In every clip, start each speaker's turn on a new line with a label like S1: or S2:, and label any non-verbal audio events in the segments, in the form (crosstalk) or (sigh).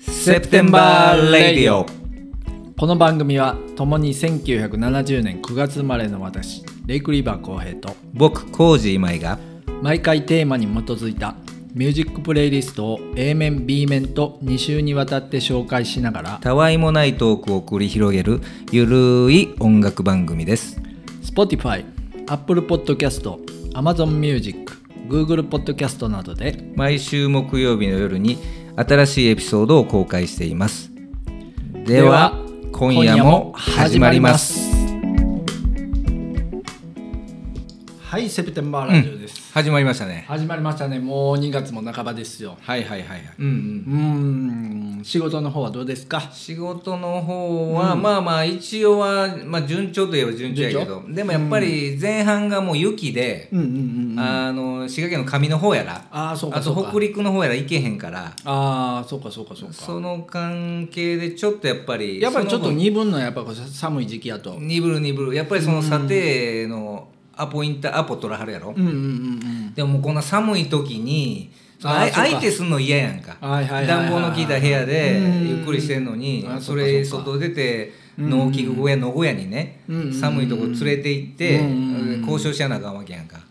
S1: セプテンバーレディオ
S2: この番組は共に1970年9月生まれの私レイク・リーバー浩平と
S1: 僕コージ今井が
S2: 毎回テーマに基づいたミュージックプレイリストを A 面 B 面と2週にわたって紹介しながら
S1: たわいもないトークを繰り広げるゆるい音楽番組です
S2: Spotify、Apple Podcast、Amazon Music、Google Podcast などで
S1: 毎週木曜日の夜に新しいエピソードを公開していますでは
S2: では
S1: 今夜も始まります
S2: はいセプテンバーラジオです、
S1: 始まりましたね
S2: 始まりましたねもう2月も半ばですよ
S1: はいはいはいはいうんうん
S2: うーん仕事の方はどうですか
S1: 仕事の方は、まあまあ一応は、まあ、順調といえば順調やけどでもやっぱり前半がもう雪で、
S2: うんうんうん
S1: あの滋賀県の上の方やら
S2: ああそうか
S1: あ
S2: そ
S1: と
S2: うか
S1: 北陸の方やら行けへんから
S2: ああそうかそうかそうか
S1: その関係でちょっとやっぱり
S2: やっぱりちょっと
S1: その
S2: 二分のやっぱこう寒い時期やとう
S1: 分
S2: ん
S1: 鈍る鈍るやっぱりその査定のアポインターアポ取らはるやろ、
S2: うんうんうん
S1: でももうこんな寒い時にその
S2: あー
S1: あい
S2: そうか
S1: 相手すんの嫌やんか
S2: はいはいはいはいはい
S1: 暖房の効いた部屋で
S2: うん
S1: ゆっくりしてんのに
S2: あー
S1: そ
S2: そうか
S1: れ
S2: そうか
S1: 外出て農機具や野小屋にね
S2: うん
S1: 寒いとこ連れて行って
S2: うん
S1: 交渉しやなあかんわけやんか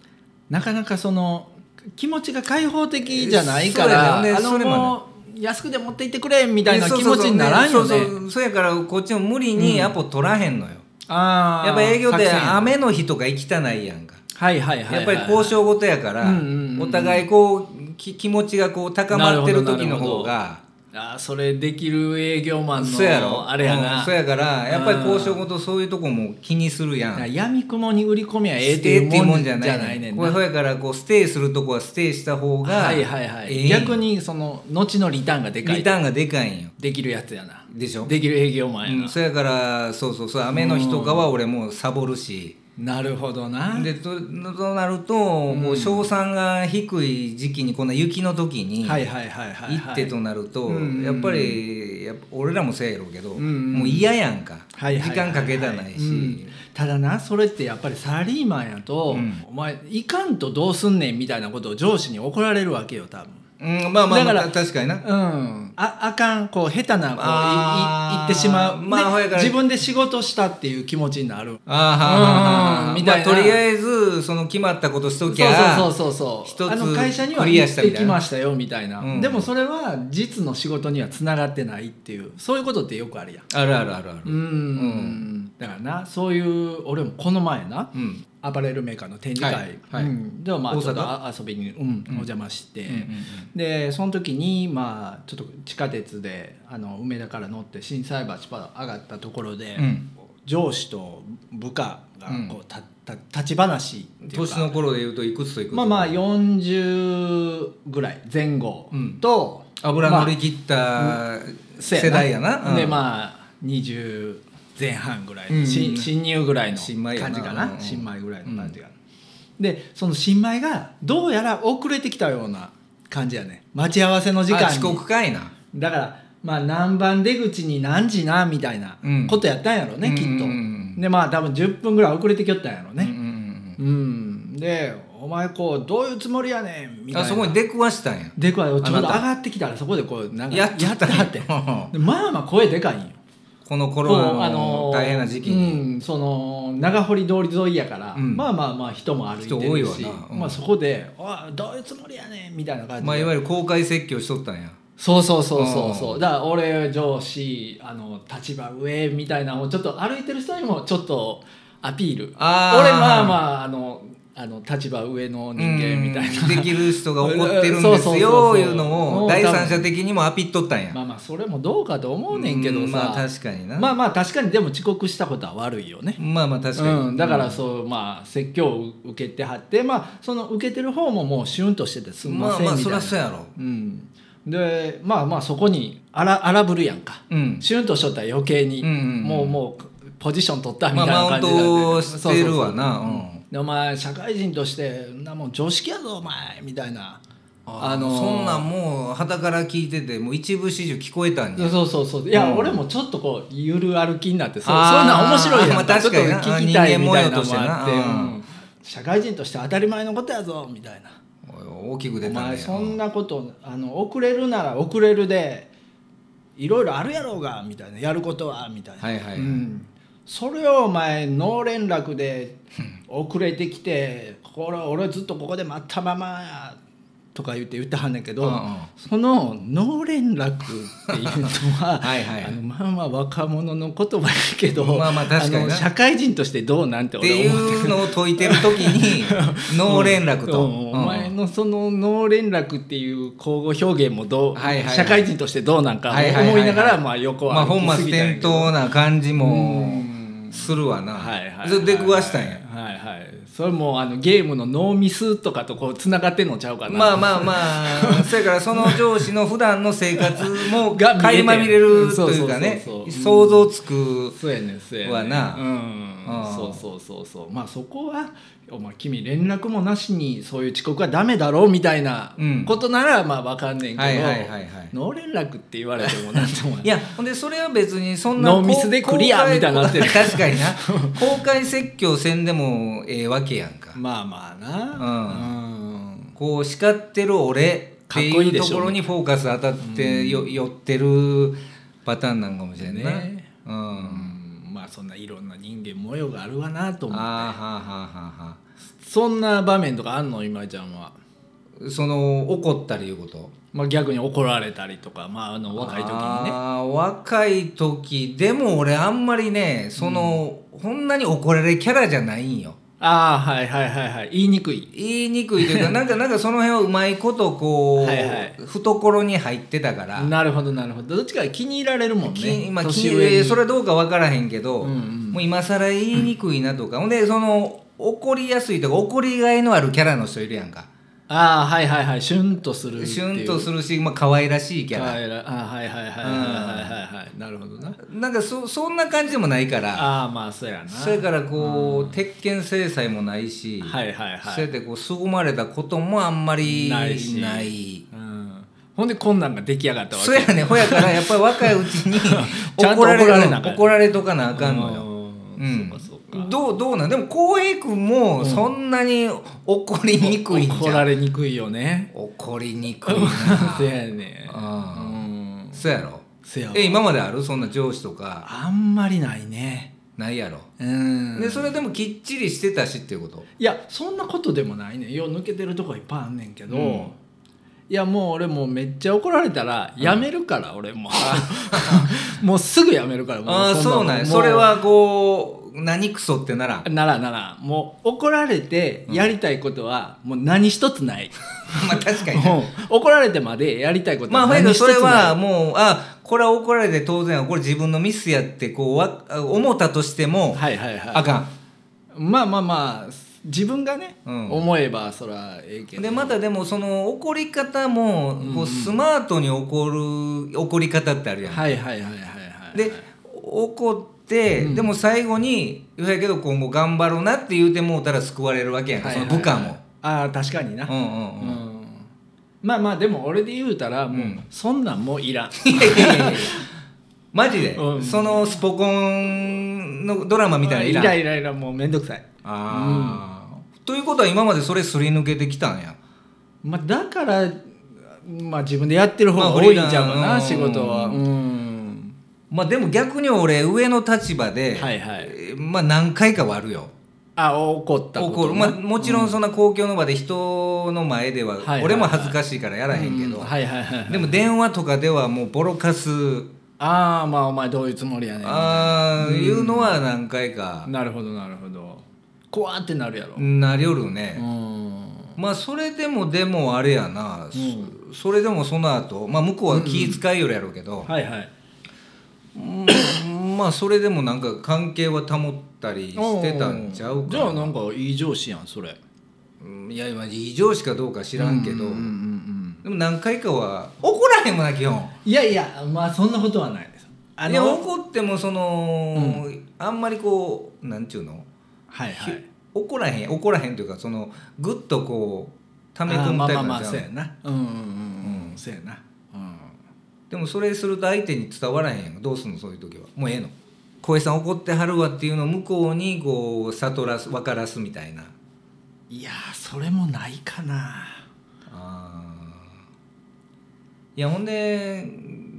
S2: なかなかその気持ちが開放的じゃないから、
S1: そうやね
S2: あ
S1: そ
S2: の
S1: れもね
S2: もう安くで持って行ってくれみたいな気持ちにならんよ
S1: そうそう
S2: ね
S1: そうそうやからこっちも無理にアポ取らへんのよ
S2: ああ
S1: やっぱ営業っ
S2: 作
S1: て
S2: 戦や
S1: 雨の日とか行きたないやんか
S2: はいはいはい
S1: や
S2: は
S1: っ
S2: い
S1: ぱり交渉事やから
S2: うんうんうんうん
S1: お互いこうき気持ちがこう高まってる時の方が
S2: ああそれできる営業マンの
S1: そうやろ
S2: あれやな、
S1: うんそうやからやっぱり交渉事そういうとこも気にするやん
S2: やみくもに売り込みはええっ
S1: しててってい
S2: い
S1: う
S2: う
S1: も
S2: も
S1: ん
S2: ん
S1: じ
S2: じ
S1: ゃな
S2: ゃないい
S1: ねん
S2: ねん
S1: これ
S2: な
S1: そうやからこうステイするとこはステイした方が
S2: はいはいはい、
S1: ええ
S2: 逆にその後のリターンがでか
S1: リ
S2: い
S1: ターンがでかいんよ
S2: できるやつやな
S1: でしょ
S2: できる営業マンや
S1: う
S2: な、
S1: んそうやからそうそうそう雨の日とかは俺もうサボるし
S2: なるほどな
S1: でととなるともう賞賛が低い時期にこんな雪の時に
S2: はいはいはいは
S1: 行
S2: い、は
S1: っ
S2: い、
S1: てとなると
S2: うん
S1: やっぱりやっぱ俺らもせやろうけど
S2: んうん
S1: もう嫌やんか
S2: はいはい
S1: 時
S2: はいはい
S1: 間かけたない
S2: うん
S1: し
S2: ただなそれってやっぱりサラリーマンやと、
S1: うん
S2: お前いかんとどうすんねんみたいなことを上司に怒られるわけよ多分
S1: うんまあまあ
S2: だ
S1: ま
S2: から
S1: あ確かにな
S2: うん、ああかんこう下手なこうい
S1: あー
S2: い言ってしまう、
S1: まあ
S2: で
S1: ほやから
S2: 自分で仕事したっていう気持ちになる
S1: あーはーはーはーはー
S2: うんみたいな
S1: まあとりあえずその決まったことしときゃ
S2: そうそうそうそう
S1: 一つ
S2: あの会社には
S1: クリア
S2: 行
S1: し
S2: った
S1: み
S2: て
S1: たいな
S2: きましたよみたいな、
S1: うん
S2: でもそれは実の仕事にはつながってないっていうそういうことってよくあるやん
S1: あるあるあるある
S2: うんだからなそういう俺もこの前な
S1: うん
S2: アパレルメーカーの展示会、
S1: はいはい
S2: うんでまあ
S1: 大阪
S2: ちょっとあ遊びに、うん、お邪魔して、
S1: うんうんうん
S2: でその時にまあちょっと地下鉄であの梅田から乗って心斎橋パー上がったところで、
S1: うん
S2: 上司と部下が
S1: うん
S2: こうたた立ち話っていうか
S1: 年の頃で言うといくつといくつ
S2: まあまあ40ぐらい前後
S1: うん
S2: と、
S1: 油
S2: まあ
S1: 乗り切った
S2: そう
S1: 世代やな
S2: で
S1: あ
S2: まあ20前半ぐらい、
S1: うん
S2: 新新入ぐらいの
S1: 新米やな
S2: 感じかな
S1: うん
S2: 新米ぐらいの感じが、でその新米がどうやら遅れてきたような感じやね待ち合わせの時間に
S1: 遅刻かいな
S2: だからまあ何番出口に何時なみたいな
S1: うん
S2: ことやったんやろね、きっと、
S1: うんうんうん
S2: でまあ多分10分ぐらい遅れてきよったんやろ
S1: うん
S2: ね
S1: うんうん
S2: うん、でお前こうどういうつもりやねんみたい
S1: あ
S2: な
S1: そこに出くわしたんや
S2: でこうちょ
S1: あ
S2: うど上
S1: なた
S2: がってきたらそこでこうなんか
S1: やっとったんや
S2: やって
S1: (laughs)
S2: でまあまあ声でかいんよ
S1: この
S2: こ
S1: 頃
S2: うあの
S1: の大変な時期に
S2: うん、その長堀通り沿いやから、
S1: うん
S2: まあまあまあ人も歩いてるし
S1: 人多いわなうん
S2: まあ、そこで「おいどういうつもりやねん」みたいな感じで、
S1: まあいわゆる公開説教しとったんや
S2: そうそうそうそうそうだから俺上司あの立場上みたいなのをちょっと歩いてる人にもちょっとアピール
S1: あー
S2: 俺まあまああのあの立場上の人間みたいな、
S1: うんできる人が怒ってるんです
S2: そうそうそう
S1: よ
S2: そう
S1: いうの
S2: う
S1: を
S2: ん
S1: 第三者的にもアピっとったんや
S2: (laughs) まあまあそれもどうかと思うねんけどさ、
S1: うんまあ確かにな
S2: まあまあ確かにでも遅刻したことは悪いよね。
S1: まあまあ確かに、
S2: うん、だからそう、まあ説教を受けてはってまあその受けてる方ももうシュンとしててすんませんみ
S1: まあ
S2: たいな、
S1: まあそりゃそうやろ
S2: うん、でまあまあそこに荒荒ぶるやんか、
S1: うん
S2: シュンとしとったら余計に、
S1: うんうんうん
S2: もうもうポジション取ったみ
S1: ま
S2: た
S1: あマ
S2: いな
S1: ウン
S2: 感じになって
S1: トをしてるわ
S2: そうそう
S1: な
S2: そううんでお前社会人としてんなもん常識やぞお前みたいな
S1: あのそんなんもう肌から聞いててもう一部始終聞こえたんや
S2: そうそうそういや、
S1: うん
S2: 俺もちょっとこうゆる歩きになってそうそん
S1: あー
S2: なん面白いやん、
S1: まあ確かにな
S2: ちょっと聞きたいみたいな
S1: 人間模様と
S2: の
S1: し
S2: も
S1: てな
S2: あって、
S1: うん
S2: うん社会人として当たり前のことやぞみたいな
S1: おい大きく出
S2: お
S1: たね
S2: 前そんなことあの遅れるなら遅れるでいろいろあるやろうがみたいなやることはみたいな、
S1: はいはい、
S3: うん
S2: それをお前ノー連絡で遅れてきてこれ俺ずっとここで待ったままやとか言って言ってはんねんけど、
S1: うんうん
S2: そのノー連絡っていうの
S1: (laughs)
S2: は
S1: はいはい
S2: あのまあまあ若者の言葉やけど、
S1: まあまあ確かにな
S2: の社会人としてどうなんて
S1: って
S2: 俺
S1: い
S2: 思ってる
S1: うのを解いてる時に
S2: (laughs)
S1: 脳連絡と、
S2: うんお
S1: うん
S2: 前のその脳連絡っていう口語表現もどう、
S1: はいはいはい
S2: 社会人としてどうなんか
S1: はいはいはいはい
S2: 思いながらまあ横
S1: まあ
S2: は
S1: 本末転倒な感じも
S3: ん
S1: するわな、
S2: はいはい、
S1: それ出くわしたんや、
S2: はいはいそれもあのゲームのノーミスとかとこうつながってんのちゃうかな
S1: まあまあまあそれからその上司の普段の生活も
S2: (laughs) が見れて
S1: 垣間見れるというかね
S3: そうそうそうそう
S1: 想像つく
S2: そうやねんそうやねん
S1: はな
S2: うん
S1: うん
S2: そうそうそうそうまあそこはお前君連絡もなしにそういう遅刻はダメだろうみたいな
S1: うん
S2: ことならまあわかんねんけど、
S1: はいはいはいはい
S2: ノー連絡って言われてもなんともな
S1: (laughs)
S2: い
S1: いやほんでそれは別にそんな
S2: ノーミスでクリアみたいになってる
S1: 確かにな公開説教せんでもええわけやんか
S2: まあまあなうん
S1: こう叱ってる俺って
S2: かっこい
S1: い
S2: いうで
S1: と
S2: しょ
S1: ころにフォーカス当たってよ寄ってるパターンなんかもしれないな、
S2: ね
S1: うん、
S2: うんまあそんないろんな人間模様があるわなと
S1: あー
S2: 思
S1: はあ
S2: って
S1: はあはあは
S2: そんな場面とかあんの今井ちゃんは
S1: あその怒ったりいうこと
S2: まあ、逆に怒られたりとか、まあ、あの若い時にね。
S1: あー若い時でも俺あんまりねその、こんなに怒られるキャラじゃないんよ
S2: ああはいはいはいはい言いにくい。
S1: 言いにくいと
S2: (laughs)
S1: いうかなんかなんかその辺をうまいことこう
S2: はいはい
S1: 懐に入ってたから、
S2: なるほどなるほどどっちかが気に入られるもんね。
S1: きまあ、
S2: 年
S1: き
S2: 上に
S1: えーそれはどうか分からへんけど、
S2: うんうん
S1: もう今更言いにくいなとか、ほんでその怒りやすいとか怒りがいのあるキャラの人いるやんか
S2: ああはいはいはいシュンとするっていう。
S1: シュンとす
S2: る
S1: るし、まあ可愛らしいキ
S2: キ
S1: ャ
S2: ャ
S1: ラ、
S2: ラ。あーはいはいはいはいはいはいはいはいなるほどな。
S1: なんかそそんな感じでもないから
S2: ああまあそうやな。
S1: それからこう、鉄拳制裁もないし、
S2: はいはいは
S1: そうや
S2: い。
S1: ってこう凄まれたこともあんまりな
S2: ないいしうん、ほんでこんなんが出来上がったわけ。
S1: そうやねほやからやっぱり若いうちに
S2: (laughs) ちゃんと
S1: 怒られ
S2: 怒られなあかん
S1: 怒られとかなあかんのよ。
S2: うん。そうかそうか。
S1: どうどうなんでも浩平君もそんなに怒りにくいんじ
S2: 怒
S1: ゃ
S2: ら
S1: ん
S2: れにくいよね。
S1: 怒りにくい
S2: (laughs) そうやね。う
S1: なうん
S2: ん。
S1: そうやろ
S2: せやわ
S1: え今まであるそんな上司とか
S2: あんまりないね。
S1: ないやろ
S2: うん。
S1: でそれでもきっちりしてたしっていうこと
S2: いやそんなことでもないねんよう抜けてるとこいっぱいあんねんけど、
S1: うん
S2: いやもう俺もうめっちゃ怒られたらやめるから、俺も (laughs) もうすぐやめるからも
S1: ああ
S2: も
S1: そうなんや
S2: も
S1: それはこう何クソってな
S2: (laughs)
S1: らん
S2: ならならもう怒られてやりたいことはもう何一つ
S1: (laughs)
S2: ない、
S1: まあ確かに
S2: う
S1: ね
S2: ん (laughs) 怒られてまでやりたいこと
S1: ま
S2: は
S1: あほやけ
S2: 何
S1: ど
S2: 一つ
S1: そ
S2: な
S1: れ
S2: い、
S1: はもうあこれは怒られて当然これ自分のミスやってこうわ思ったとしても
S2: はいはいはい
S1: あかん
S2: まあまあまあ自分がね、
S1: うん
S2: 思えばそらええけど
S1: でまたでもその怒り方も
S2: うん
S1: こう
S2: う
S1: んスマートに怒る怒り方ってあるやん、
S2: はいはいはいはいはい
S1: で怒って、
S2: うん
S1: でも最後に「言うやけど今後頑張ろうな」って言うてもうたら救われるわけやんか、
S2: はいはい
S1: その部下も、
S2: ああ確かにな、
S1: うんうんうん、
S2: うんまあまあでも俺で言うたらもう、
S1: うん
S2: そんなんもういらん
S1: いやいやいやいやマジで、
S2: うん
S1: そのスポコンのドラマみたいない
S2: イ
S1: らん
S2: ライライラもうめんどくさい、
S1: あーということは今までそれすり抜けてきたんや
S2: まあ、だから、まあ、自分でやってる方
S1: まあ
S2: が多いんちゃう
S1: フ
S2: かな、
S1: リーラン
S2: 仕事は
S1: う
S2: うん
S1: まあでも逆に俺上の立場で、
S2: はいはい
S1: えーまあ何回かはあるよ
S2: あ怒ったこと
S1: 怒る、まあ、
S2: な
S1: もちろんそんな公共の場で人の前では
S2: はいはいはい
S1: 俺も恥ずかしいからやらへんけ
S2: う
S1: ど
S2: はいはいはい
S1: でも電話とかではもうボロカス
S2: ああまあお前どういうつもりやねん
S1: ああいうのは何回か
S2: なるほどなるほど怖ってなるやろ
S1: なりよる
S2: う
S1: ね
S2: ん
S1: まあそれでもでもあれやなそそれでもその後まあ向こうは気遣いよるやろうけど
S2: はいはい
S1: うんまあそれでもなんか関係は保ったりしてたんちゃう
S2: じ
S1: か
S2: ゃあ
S1: な
S2: なんかいい上司やんそれ
S1: うんいやまあ異常しかどうか知らんけど
S2: うんうんうんうん
S1: でも何回かは怒らへんもんな基本。
S2: いやいやまあそんなことはないですあ
S1: いや
S2: の
S1: 怒ってもその、あんまりこうなんちゅうの
S2: はいはい
S1: 怒らへん怒らへんというかそのぐっとこう溜め込
S2: あー
S1: む
S2: まあ
S1: タイ
S2: まあ
S1: プな
S2: ま
S1: ん
S2: あ
S1: じゃ
S2: そう
S1: う
S2: やなうんうんうん
S1: う
S2: うんんそうやなうん
S1: でもそれすると相手に伝わらへんやんどうすんのそういう時はもうええの小江さん怒ってはるわっていうのを向こうにこう悟らす分からすみたいない
S2: やーそれもないかな
S1: あーいやほんで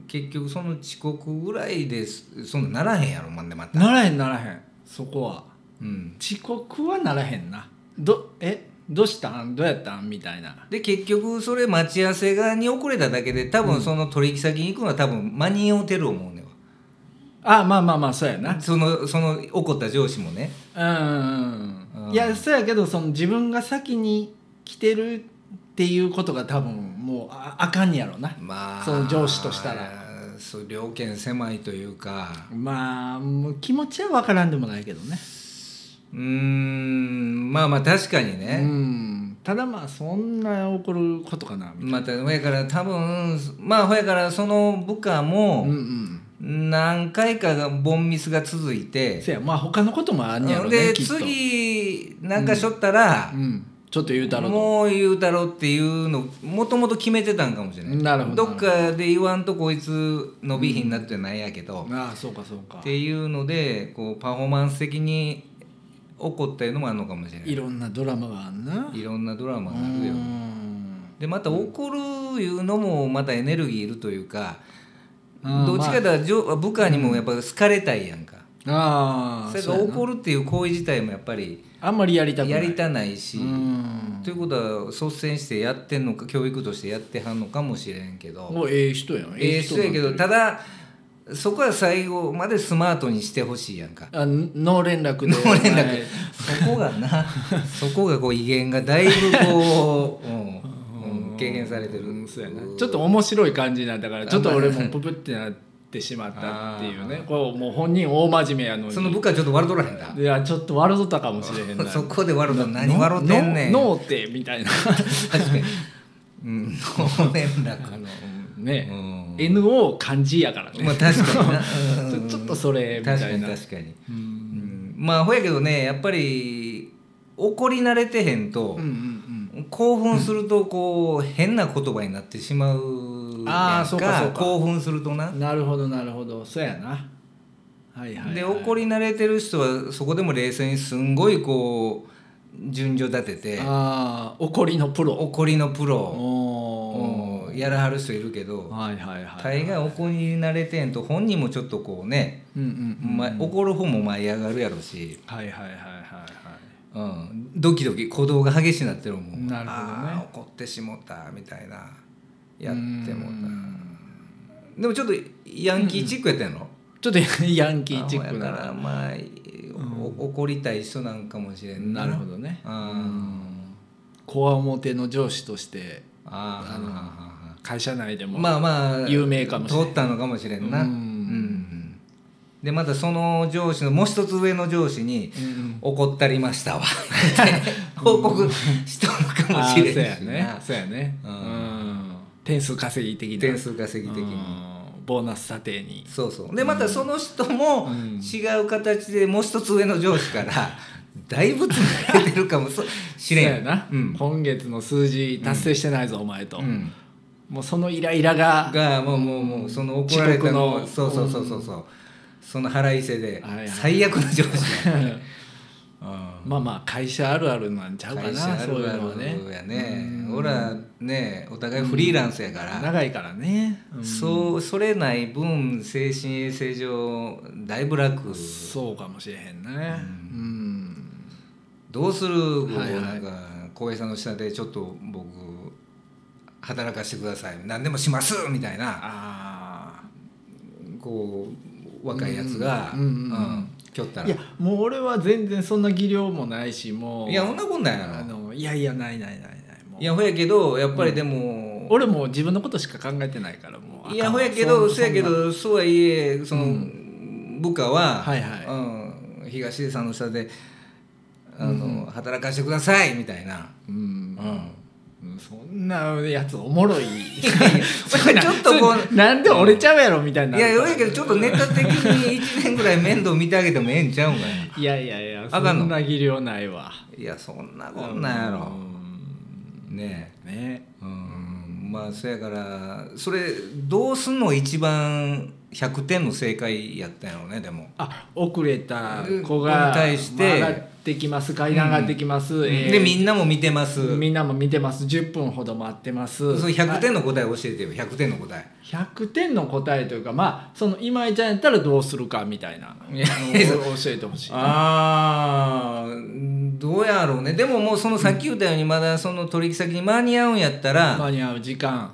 S1: 結局その遅刻ぐらいですそんなならへんやろまんでまた、
S2: ならへんならへんそこは
S1: うん、
S2: 遅刻はならへんなどえどうしたんどうやったんみたいな
S1: で結局それ待ち合わせ側に遅れただけで多分その取引先に行くのは多分間に合うてる思うねんわ
S2: あまあまあまあそうやな
S1: そのその怒った上司もね
S2: うんうんうん
S1: うん
S2: いやそうやけどその自分が先に来てるっていうことが多分もうああかんやろな
S1: まあ
S2: その上司としたら
S1: そう両権狭いというか
S2: まあもう気持ちは分からんでもないけどね
S1: うーんまあまあ確かに
S2: う
S1: ね、
S2: んただまあそんな怒ることかなみたいな、
S1: またほやから多分まあほやからその部下
S2: うんう
S1: も
S2: ん
S1: 何回かがボンミスが続いて、
S2: せやまあ他のこともあんねやろね
S1: で
S2: きっと
S1: 次なんかしょったら
S2: う、ん、ちょっと言うたろうと
S1: もう言うたろっていうのもともと決めてたんかもしれない
S2: なるほど
S1: っかで言わんとこいつ伸びひんなってないやけど、っ
S2: ああそうかそうか
S1: ていうのでこうパフォーマンス的に怒ったのもあるのかもしれない
S2: いろんなドラマがあんない
S1: ろんなドラマがあ
S2: う
S1: るよ
S2: ん
S1: でまた怒るいうのもまたエネルギーいるというか、
S2: うん
S1: どっちかだと、部下にもやっぱ好かれたいやんか、
S2: ああ
S1: それか
S2: そう
S1: ら
S2: やな
S1: 怒るっていう行為自体もやっぱり
S2: あんまりやりたくない
S1: やりたないし、
S2: うん
S1: ということは率先してやってんのか教育としてやってはんのかもしれんけど
S2: もうええ人やん
S1: ええ人やけど
S2: なんて
S1: ただそこは最後までスマートにしてほしいやんか
S2: あノー連絡
S1: (laughs)
S2: で
S1: ノー連絡
S2: はい
S1: そこがな
S2: (laughs)
S1: そこがこう威厳がだいぶこ
S2: (laughs)
S1: う、うんうん、軽減されてる
S2: うんそうやなちょっと面白い感じなんだからちょっと俺もププってなってしまったっていうねこうもう本人大真面目やのに
S1: その部下ちょっと笑うとらへんだ
S2: いやちょっと笑うとったかもしれへんな
S1: そこで笑うと何笑うてんねん
S2: のののってみたいな (laughs)
S1: 確かにうん脳連絡の
S2: ね、
S1: うん
S2: NO 漢字やからね、
S1: (laughs) まあ確かにな
S2: ちょ
S1: うん
S2: ちょっとそれみたい
S1: 確
S2: な
S1: かに確かに
S2: うん
S1: うんまあほやけどねやっぱり怒り慣れてへんと
S2: うんう、ん
S1: 興奮するとこう、変な言葉になってしまう
S2: あーそうかそうか
S1: 興奮するとな
S2: う、んなるほどなるほどそうやなはいはい、はい、
S1: で怒り慣れてる人はそこでも冷静にすんごいこう順序立てて
S2: ああ怒りのプロ
S1: 怒りのプ
S2: お
S1: ロ
S2: お
S1: うんやらはる人いるけど
S2: はいはいはい
S1: 大概怒り慣れてへんと本人もちょっとこうね、
S2: うんうんうん
S1: ま怒る方も舞い上がるやろし、
S2: はいはいはいはいはい
S1: うん、ドキドキ鼓動が激しになってるもん
S2: なるほどね
S1: あー怒ってしもたみたいなやっても
S2: う
S1: た
S2: ん
S1: でもちょっとヤンキーチックやったんやろ、
S2: ちょっとヤンキーチック
S1: だ
S2: な
S1: からまあ、お怒りたい人なんかもしれん
S2: なるほどね
S1: あ
S2: こわもての上司として
S1: あ
S2: 会社内で
S1: ー
S2: も
S1: まあまあ
S2: 有名かもしれん
S1: 通ったのかもしれんな
S2: うん
S1: んでまたその上司のもう一つ上の上司に
S2: うんう
S1: 「
S2: ん
S1: 怒ったりました
S2: (laughs)
S1: わ」って報告しとるかもしれんし
S2: あーそうやねそうやね
S1: う
S2: うんん点数稼ぎ的な
S1: 点数稼ぎ的に
S2: うんボーナス査定に
S1: そうそうでまたその人も
S2: うん
S1: 違う形でもう一つ上の上司から (laughs) だいぶつなれてるかもしれん
S2: そうやな、
S1: うん
S2: 今月の数字達成してないぞ、お前と、
S1: うん
S2: もうそのイライラが
S1: がもうもうもうその怒られたの
S2: 遅刻の
S1: そうそうそうそうそうその腹いせで
S2: はいはい
S1: 最悪の上司
S2: (laughs) (laughs) まあまあ会社あるあるなんちゃうかな
S1: 会社あ
S2: そう
S1: る
S2: い
S1: あ
S2: うのはね
S1: るやね
S2: うん
S1: 俺らねお互いフリーランスやから
S2: 長いからね、うん
S1: そうそれない分精神衛生上だいぶ楽
S2: そうかもしれへんねうん、
S1: どうするこう
S2: はいはい
S1: なんか浩平さんの下でちょっと僕働かしてください何でもしますみたいな
S2: あ
S1: こう若いやつが
S2: うんうんうんうん
S1: きょった
S2: あ
S1: ら
S2: いやもう俺は全然そんな技量もないしもう
S1: い
S2: い
S1: やそんなことないや
S2: あ
S1: ろ
S2: のいやいやないないないないもう
S1: いやほやけどやっぱりでも、
S2: 俺もう自分のことしか考えてないからもう
S1: いやほやけど
S2: ん
S1: そうやけ
S2: んな
S1: どそうはいえその、
S2: う
S1: 部下は、
S2: はいはい
S1: うん、東出さんの下であの、働かせてくださいみたいな、
S2: うん
S1: うん、
S2: うんそんなやつおもろい。
S1: (laughs) ちょっとこう
S2: (laughs) それなんで折れちゃうやろみたいにないる
S1: や
S2: から。
S1: ほやけどちょっとネタ的に1年ぐらい面倒見てあげてもええんちゃうんかい
S2: いやいやいや、
S1: あかんの
S2: そんな技量ないわ。
S1: いやそんなこんなんやろ、ねえ
S2: うんね。
S1: うんまあそやからそれどうすんの一番100点の正解やったんやろうねでも。
S2: あ、遅れた子が
S1: に対して
S2: まあってきます階段上がってきます、えー
S1: でみんなも見てます
S2: みんなも見てます10分ほど待ってます
S1: その100点の答え教えてよ100点の答え
S2: 100点の答えというかまあその今井ちゃんやったらどうするかみたいなあの
S1: いや
S2: 教えてほしい
S1: あーどうやろうねでももうそのさっき言ったようにまだその取引先に間に合うんやったら
S2: 間に合う時間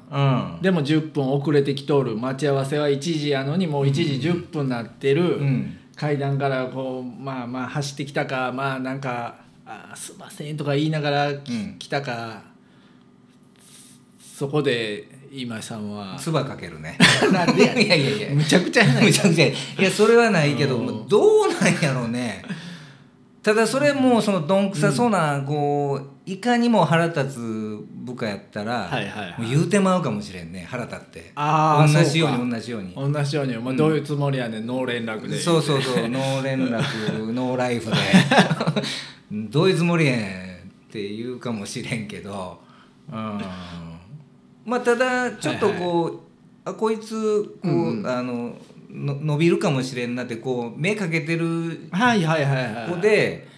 S1: うん
S2: でも10分遅れてきとる待ち合わせは1時やのにもう1時10分なってる、
S1: うん
S2: 階段からこうまあまあ走ってきたかまあなんか「あーすいません」とか言いながらき
S1: うん
S2: 来たか、そこで今井さんは
S1: 唾かける
S2: (laughs)
S1: ね
S2: なん
S1: い
S2: で
S1: や (laughs) いやいや
S2: むちゃくちゃ
S1: (laughs)
S2: やない
S1: めちゃくちゃいやそれはないけど
S2: うん
S1: もうどうなんやろうねただそれもそのどんくさそうな、こういかにも腹立つ部下やったら、
S2: はいはいはい
S1: もう言うてまうかもしれんね腹立って
S2: あー
S1: 同じよう
S2: そ
S1: に
S2: うか
S1: 同じように
S2: 同じように、まあ、どういうつもりやねん、ノー連絡で
S1: そうそうそうノー連絡ノーライ
S2: (laughs)
S1: フでどういうつもりやねんって言うかもしれんけど、うん、まあただちょっとこう、あこいつこう、あのの伸びるかもしれんなってこう目かけてる
S2: はいはいはいはい
S1: 子で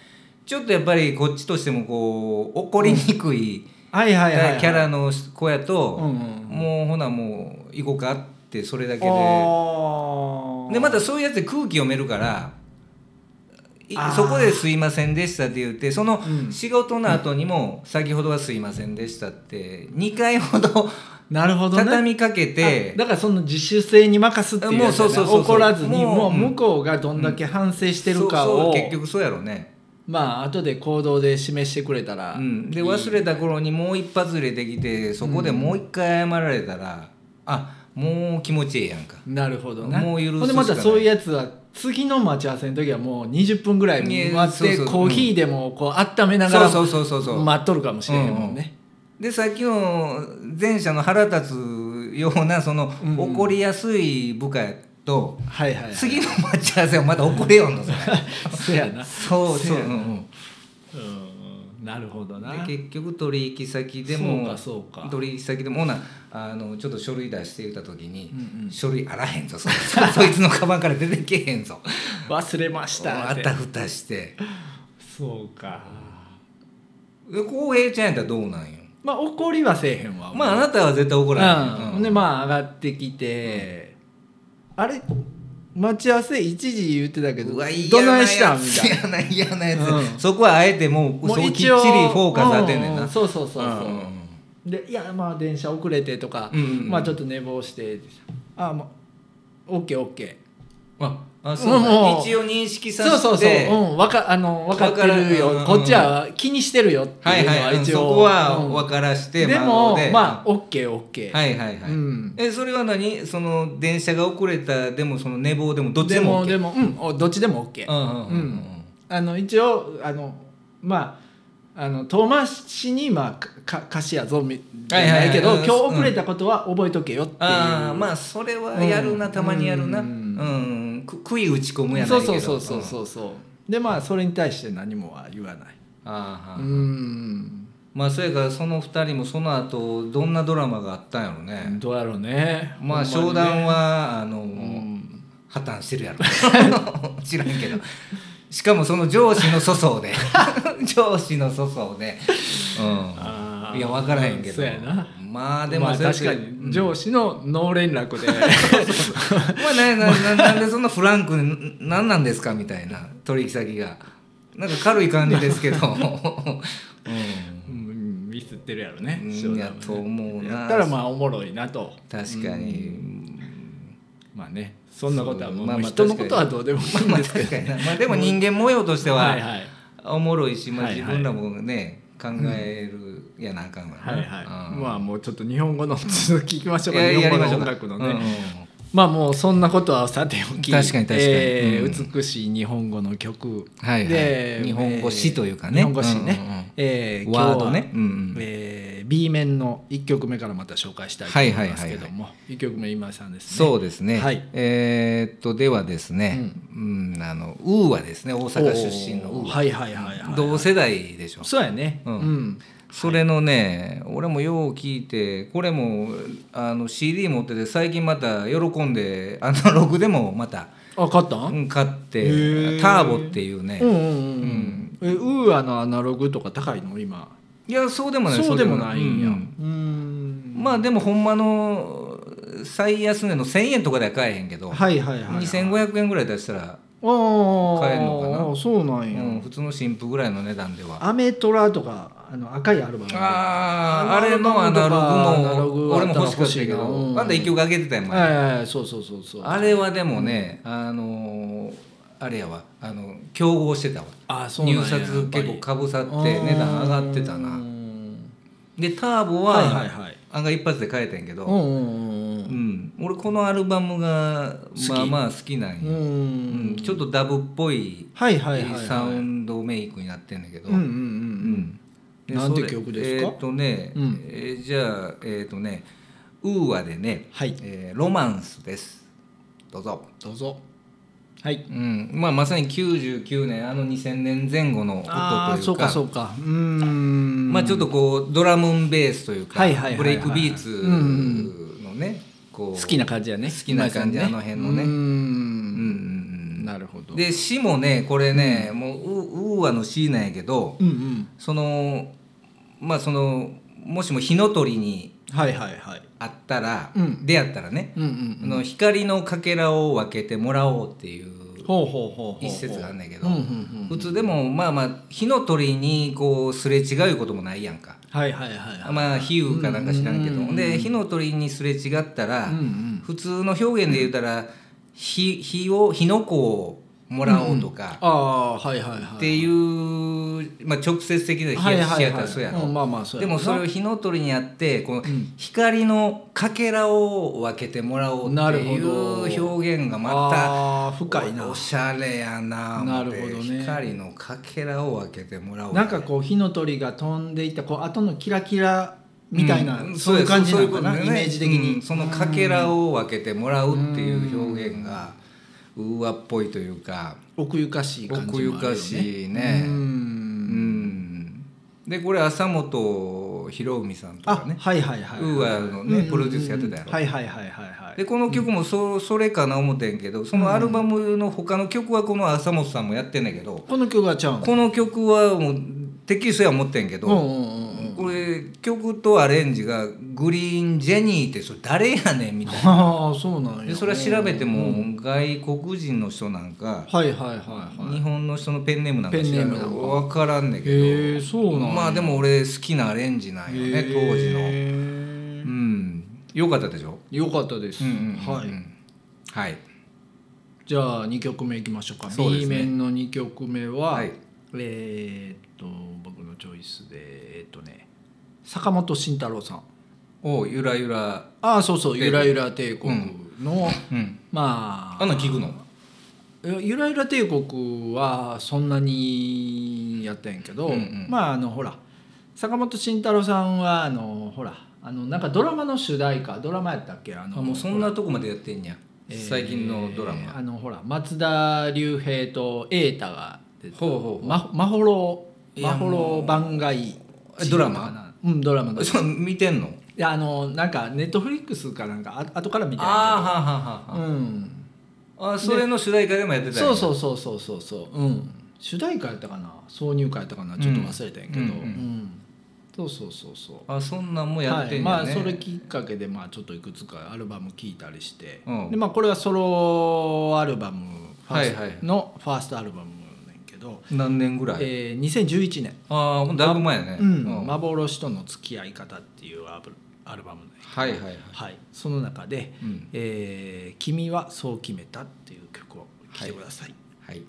S1: ちょっとやっぱりこっちとしてもこう怒りにくい
S2: はい
S1: キ
S2: はいはいはい
S1: ャラの子やと、
S2: うんうん
S1: もうほなもう行こうかってそれだけで。
S2: あー
S1: でまたそういうやつで空気読めるからい
S2: あー
S1: そこで「すいませんでした」って言ってその
S2: うん
S1: 仕事の後にも「先ほどはすいませんでした」って2回ほど
S2: なるほどね
S1: 畳みかけて
S2: あだからその自主性に任すっていうやつやな
S1: もうそうそうそうそう
S2: 怒らずに
S1: も
S2: もう
S1: う
S2: 向こうがどんだけ反省してるか
S1: そうそ
S2: を
S1: う結局そうやろうね、
S2: まあ後で行動で示してくれたら、
S1: うん、で忘れた頃にもう一発入れてきてそこでもう一回謝られたら、あもう気持ちええやんか
S2: なるほどな
S1: もう許す
S2: ほんでまたそういうやつは次の待ち合わせの時はもう20分ぐらい
S1: いや
S2: 待って
S1: そうそう
S2: コーヒーでもこう温めなが
S1: そう
S2: ら
S1: そうそうそうそう
S2: 待っとるかもしれへんもんね、
S1: でさっきの前者の腹立つようなその
S2: うんうん
S1: 怒りやすい部下と
S2: はいはい、はい、
S1: 次の待ち合わせはまた怒れよんのそれ
S2: (laughs) せやな
S1: そう
S2: せ
S1: そう、
S2: や
S1: う
S2: なんうんなるほど
S1: う、
S2: なん
S1: で結局取引先でも
S2: そうかそうか
S1: 取引先でもほなあのちょっと書類出して言った時に、
S2: うんうん
S1: 書類あらへんぞそ (laughs) そいつのカバンから出てけへんぞ
S2: 忘れました
S1: あ
S2: って
S1: たふたして
S2: そうか
S1: で浩平ちゃんやったらどうなんよ
S2: まあ怒りはせえへんわ
S1: まああなたは絶対怒らへん、
S2: うん、でまあ上がってきて、あれ待ち合わせ1時言ってたけど
S1: うわ
S2: どないしたんみたい
S1: (laughs)
S2: な
S1: 嫌な嫌なやつ、
S2: うん
S1: そこはあえてもうそうきっちりフォーカス当てんねん
S2: う
S1: な
S2: うそうそうそうそう、
S1: んん
S2: でいやまあ電車遅れてとか、
S1: うんうんうん
S2: まあちょっと寝坊してあまあ OKOK
S1: ああそうだ
S2: もう
S1: 一応認識させ
S2: そ
S1: て
S2: うそうそう、うん、わかあの分かってるよ
S1: わかるうんうん
S2: こっちは気にしてるよって
S1: はいいう
S2: の
S1: は、
S2: はい
S1: うん
S2: 一
S1: そ
S2: 応、
S1: こは
S2: うん
S1: 分からして、
S2: で
S1: 窓
S2: もまあ OKOK、
S1: はいはいはい、
S2: うん
S1: えそれは何その電車が遅れたでもその寝坊でもどっち
S2: で
S1: で
S2: も
S1: も
S2: で
S1: OK
S2: もうんおどっちでも OK、
S1: うんうんうんう
S2: うんあの一応あのまああの遠回しにまあかか貸しやぞみじゃないけど、
S1: はいはいはい
S2: 今日遅れたことは覚えとけよっていう、
S1: ああまあそれはやるな、
S2: うん
S1: たまにやるな
S2: う
S1: うんん、く食い打ち込むやな
S2: そ
S1: いうけ
S2: そ
S1: ど
S2: うそうそうそうそうでまあそれに対して何もは言わない
S1: うんああ、
S2: うん
S1: まあそやからその2人もその後どんなドラマがあったんやろね、
S2: どうやろうね
S1: まあ
S2: ほ
S1: 商
S2: んまにね
S1: 談はあの、
S2: ん
S1: 破綻してるやろ (laughs) 知らんけどしかもその上司の粗相で (laughs) 上司の粗相で、
S2: あ
S1: う
S2: ー
S1: ん、いや分からへんけど、
S2: そうやな
S1: まあで
S2: で
S1: も
S2: も、まあ、
S1: それ
S2: 確か
S1: うん
S2: に上司のノー連
S1: (laughs)
S2: 絡で
S1: まあ、ななななんでそんなフランクにななんなんですかみたいな取引先がなんか軽い感じですけ
S2: (laughs)
S1: ど、うん、
S2: うんミスってるやろね
S1: うん
S2: 商談はね
S1: やと思うな
S2: やったらまあおもろいなと
S1: 確かに。
S2: まあねそんなことはもう、
S1: まあまあ
S2: 人のことはどうでもいいん
S1: まあ
S2: ですけ
S1: 確
S2: ど
S1: かになまあでも人間模様として
S2: はい
S1: は
S2: はい
S1: おもろいし、まあ、
S2: はい
S1: 自
S2: はい
S1: 分らもね、考えるやなあかんわな、
S2: はいはい、
S1: うん
S2: まあもうちょっと日本語の続き聞きましょうか
S1: いやい
S2: 日
S1: や
S2: 本語
S1: や
S2: の
S1: り
S2: 音
S1: ましょう
S2: 楽
S1: か
S2: のね、
S1: うんうんうん
S2: まあもうそんなことはさておき
S1: 確かに確かに
S2: えー
S1: うん
S2: 美しい日本語の曲、
S1: はいはい
S2: で
S1: 日本語詩というかね
S2: 日本語詩ね、
S1: うんうんうん
S2: えー
S1: ワードね
S2: 今日は
S1: うんうん
S2: えー B 面の1曲目からまた紹介したいと思いますけども、
S1: はい
S2: 1曲目今井さんですね
S1: そうですね、
S2: はい
S1: えーっとではですね、うんあのウーはですね大阪出身のウ
S2: お
S1: ー、
S2: ーはいはいはいはい
S1: 同世代でしょ
S2: そうやね
S1: うん
S2: うん
S1: それのね、俺もよう聞いてこれもあの CD 持ってて最近また喜んでアナログでもまた
S2: あ勝ったん
S1: うん買って
S2: へー
S1: ターボっていうね、
S2: うんうんうん
S1: うん
S2: えウーアのアナログとか高いの今
S1: いやそうでもない
S2: そうでもないんや
S1: う
S2: うん
S1: まあでもほんまの最安値の1,000円とかでは買えへんけど、
S2: はいはいはい
S1: 2500円ぐらい出したら、買え
S2: 買
S1: んのかな
S2: そうなんや、
S1: うん、普通の新婦ぐらいの値段では
S2: アメトラとかあの赤いアルバム
S1: ああーあれのアナ
S2: アナ
S1: ロ
S2: ロ
S1: グ
S2: グ
S1: も
S2: は
S1: 俺も欲しかったけ
S2: あったら欲し
S1: ど
S2: いな
S1: まだ一曲あげてたよ前
S2: はいはいはいそうそうそうそう
S1: あれはでもねあのーあれやわあの競合してたわ
S2: あそうなんや
S1: 入札結構かぶさ
S2: や
S1: っ
S2: っぱり
S1: て値段上がってた
S2: う
S1: なんでターボ
S2: はいはい
S1: は
S2: はい
S1: 案外一発で買えたんやけど、
S2: うんうんうん
S1: うん、俺このアルバムが
S2: き
S1: まあまあ好きなん
S2: う
S1: や、
S2: ん
S1: うん
S2: うん
S1: ちょっとダブっぽい
S2: はいはいはいはい
S1: サウンドメイクになってんだけど、
S2: うんうんう
S1: うん
S2: ん
S1: で
S2: なんて
S1: それ
S2: 曲ですか
S1: えーっ、とね、
S2: うん
S1: えーじゃあえーっ、とね「ウーア」でね、
S2: はい
S1: えーロマンス」ですどうぞ、
S2: どうぞはい
S1: うんまあ、まさに99年あの2000年前後の音というか
S2: ああーそうかそうかうーん
S1: まあ、ちょっとこうドラムンベースというか、
S2: はいはいはいはい
S1: ブレイクビーツのね、こう
S2: 好きな感じやね
S1: 好きな感じ
S2: 今井さんね
S1: あの辺のね
S2: うー
S1: うん
S2: ん
S1: うん
S2: なるほ
S1: う
S2: ど
S1: んで詩もねこれね、もうウウーアの詩なんやけど、
S2: うんうん
S1: そのまあそのもしも火の鳥に
S2: はいはいはい
S1: あったら、
S2: うん
S1: 出会ったらね、
S2: うんうん
S1: あの光のかけらを分けてもらおうっていう
S2: ほうほうほうほう
S1: 一節があんねんけど、
S2: うんうんうん
S1: 普通でもまあまあ火の鳥にこうすれ違うこともないやんか。
S2: はいはいはいはい
S1: まあ比喩かなんか知らんけど、で火の鳥にすれ違ったら、
S2: うんうん
S1: 普通の表現で言ったら火火を火の粉をもらおうとか、
S2: ああはいはいはい
S1: っていう、まあ、直接的な冷
S2: はい
S1: や
S2: は
S1: し
S2: い
S1: やった
S2: は
S1: ら
S2: い
S1: そうやろ、
S2: うんまあまあそう
S1: で
S2: や
S1: も
S2: ろ
S1: それを火の鳥にあってこの
S2: ん
S1: 光のかけらを分けてもらおう
S2: な
S1: って
S2: る
S1: い
S2: ほど
S1: う表現がまた
S2: あー深いな
S1: おおしゃれやな思って
S2: なるほどね
S1: 光のかけらを分けてもらおう
S2: なんかこう火の鳥が飛んでいったこう後のキラキラみたいな、
S1: ん
S2: そういう感じなのかな、
S1: そういうこと
S2: イ
S1: だ
S2: メ
S1: よね
S2: ージ的に、
S1: うんそのかけらを分けてもらうっていう表現がうわっぽいというか
S2: 奥ゆかしい感じもあ
S1: 奥
S2: るよ
S1: ゆ
S2: ね
S1: かしいうね
S2: ー
S1: うんんでこれ朝本博文さんと
S2: あ
S1: かね
S2: はいはいはい
S1: ウーアのね
S2: うんうんうん
S1: プロデュースやってたやろ
S2: はいはいはいはいはい
S1: でこの曲もそそれかな思ってんけどそのアルバムの他の曲はこの朝本さんもやってんだけど
S2: この曲はちゃうん
S1: この曲はもうテキストや思ってんけ
S2: うんう
S1: ど
S2: んうんうん
S1: これ曲とアレンジが「グリーン・ジェニー」ってそれ誰やねんみたいな。
S2: ああそうなんや
S1: でそれは調べても外国人の人なんか
S2: はいはいはいはい
S1: 日本の人のペンネームなんか
S2: ペン
S1: 知
S2: ネ
S1: ら
S2: ー
S1: ん
S2: ム
S1: け
S2: なんか
S1: ど分からんねん
S2: へ
S1: け
S2: え
S1: ど
S2: そうなんや
S1: まあでも俺好きなアレンジなんよね
S2: へ
S1: 当時の
S2: え
S1: うんよかったでしょ
S2: よかったです、
S1: うんうんうん
S2: はい
S1: はい
S2: じゃあ2曲目いきましょうか
S1: そうです
S2: B
S1: ね
S2: 面の2曲目は、
S1: はい
S2: えーっと僕のチョイスでえーっとね坂本慎太郎さん
S1: おゆらゆら
S2: ああそうそう「
S1: 帝国
S2: ゆらゆら帝国の」
S1: うん
S2: まあ
S1: あんなん聞くの
S2: ゆらゆら帝国はそんなにやったんやけど、
S1: うんうん
S2: まああのほら坂本慎太郎さんはあのほらあのなんかドラマの主題歌ドラマやったっけあの
S1: あもうそんなとこまでやってんや
S2: えー
S1: 最近のドラ
S2: あ
S1: マ
S2: のほら松田龍平と瑛太が出て
S1: ほうほうほう
S2: ままほろ
S1: い
S2: ま
S1: や
S2: ほろ番外
S1: えドラマ
S2: うんドラマのい
S1: そう見てんの
S2: やあのなんかネットフリックスかなんかあ後から見たん
S1: あ
S2: や
S1: あ
S2: け
S1: は
S2: ど
S1: はは
S2: うん
S1: はあそれの主題歌でもやってたんや
S2: そうそうそうそうそうそううん主題歌やったかな挿入歌やったかなちょっと忘れたんやけど、
S1: う
S2: うん
S1: う
S2: ん
S1: んうん
S2: そうそうそうそう
S1: あそんなんもやってん
S2: は
S1: や
S2: い、まあ
S1: ね
S2: それきっかけでまあちょっといくつかアルバム聴いたりして、
S1: うん
S2: でまあこれはソロアルバムファースト
S1: はいはい
S2: のファーストアルバムなんやけど、
S1: 何年ぐらい
S2: えー2011年、
S1: ああもうだいぶ前やね
S2: うん
S1: うん
S2: 幻との付き合い方」っていうアブアルバムなんやけど
S1: はいはいはい
S2: はい、その中で、
S1: うん
S2: えー君はそう決めた」っていう曲を聴いてください、
S1: はい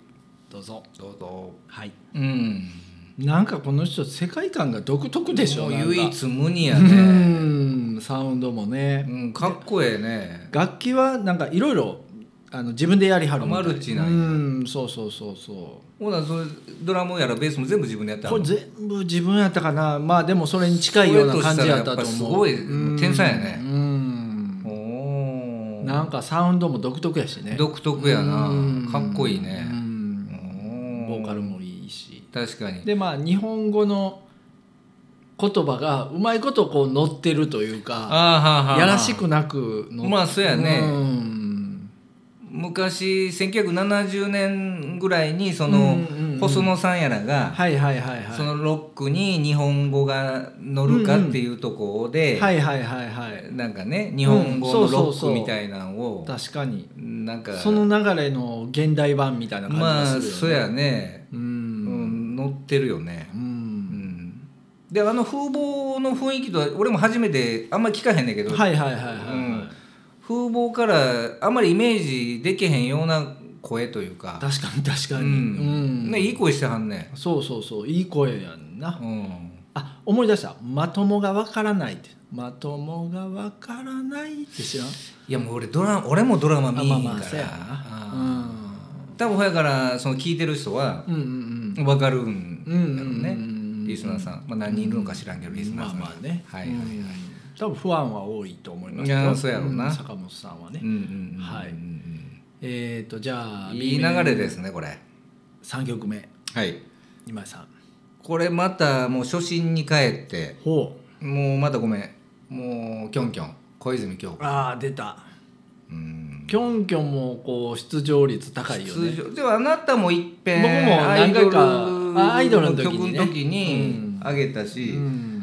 S2: どうぞ
S1: どうぞ
S2: はい
S1: うん
S2: なんかこの人世界観が独特でしょ
S1: もう
S2: なんか
S1: 唯一無二や
S2: う
S1: ね
S2: んサウンドもね、
S1: うんかっこええね
S2: 楽器はなんかいろいろあの自分でやりはるみたい
S1: マルチなんや
S2: うんそうそうそうそう
S1: ほなそれドラムやらベースも全部自分でやったの
S2: これ全部自分やったかなまあでもそれに近いような感じやったと思
S1: そ
S2: う
S1: れとしたらやっぱすごい
S2: うん
S1: 天才やね
S2: うん
S1: おー
S2: なんかサウンドも独特やしね
S1: 独特やな
S2: うん
S1: かっこいいね
S2: うん
S1: お
S2: ボーカルもいいし
S1: 確かに
S2: でまあ日本語の言葉がうまいことこう乗ってるというか
S1: あーはーはーはー
S2: やらしくなくの
S1: まあそうやね
S2: ん
S1: 昔1970年ぐらいにその、
S2: うんうんうん
S1: 細野さんやらが、
S2: はいはいはいはい
S1: そのロックに日本語が乗るかっていうところで、
S2: はいはいはいはい
S1: なんかね日本語の
S2: うんそう
S1: ロ
S2: そう
S1: ック
S2: そう
S1: みたいなのを、
S2: 確かに
S1: なんか
S2: その流れの現代版みたいな感じ
S1: ま
S2: が
S1: あ、
S2: するよね、
S1: そやね、
S2: う
S1: うんん、乗ってるよね
S2: う。
S1: うんん、であの風貌の雰囲気とは俺も初めてあんまり聞かへんねんけど、
S2: はいはいはいはいはい、
S1: うん風貌からあんまりイメージできへんような声というか
S2: 確かに確か
S1: う
S2: に、
S1: んね、いい声してはんね、
S2: そうそうそういい声やんな、
S1: うん、
S2: あ思い出した「まともがわからない」って「まともがわからない」って知らん
S1: いやもう俺ドラ俺もドラマ見えへん
S2: あ
S1: か
S2: まあ
S1: ら、
S2: まあそうやな
S1: うん多分ほやからその聞いてる人は
S2: うんうん
S1: 分かるんだろうね、
S2: うんうんうんうん
S1: リスナーさん、まあ、何人いるのか知らんけど、リス
S2: うん
S1: ナー
S2: まあ
S1: さん
S2: まあね
S1: はいはいはい、
S2: うん多分不安は多いと思います
S1: いやーそうやろうなん
S2: 坂本さんはね、
S1: うんうんうん
S2: はい
S1: うん
S2: えっ、ー、とじゃ
S1: う
S2: あ
S1: んいい流れですすねこれ
S2: 3曲目
S1: はい
S2: 今井さん
S1: これまたもう初心に帰って
S2: ほう
S1: もうまたごめんもうキョンキョン小泉今日
S2: ああ出た
S1: うん
S2: キョンキョンもこう出場率高いよ
S1: 通
S2: ね
S1: 常ではあなたもいっぺん
S2: 僕も何回かあアイドルの時にね
S1: 曲の時にあげたし、
S2: うん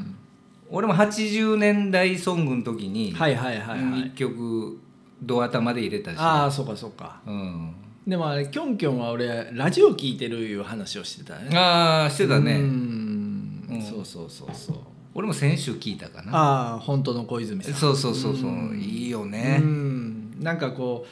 S1: 俺も80年代ソングの時に一
S2: はいはいはいはい、
S1: 曲ドア玉で入れたし、
S2: ああそうかそうか
S1: うん、
S2: でもあれキョンキョンは俺ラジオ聞いてるいう話をしてたね
S1: ああしてたね、
S2: うん
S1: うん
S2: そうそうそうそう
S1: 俺も先週聞いたかな
S2: ああ本当の小泉さん
S1: そうそうそうそう、
S2: うん
S1: いいよね
S2: ね、うんなんかこ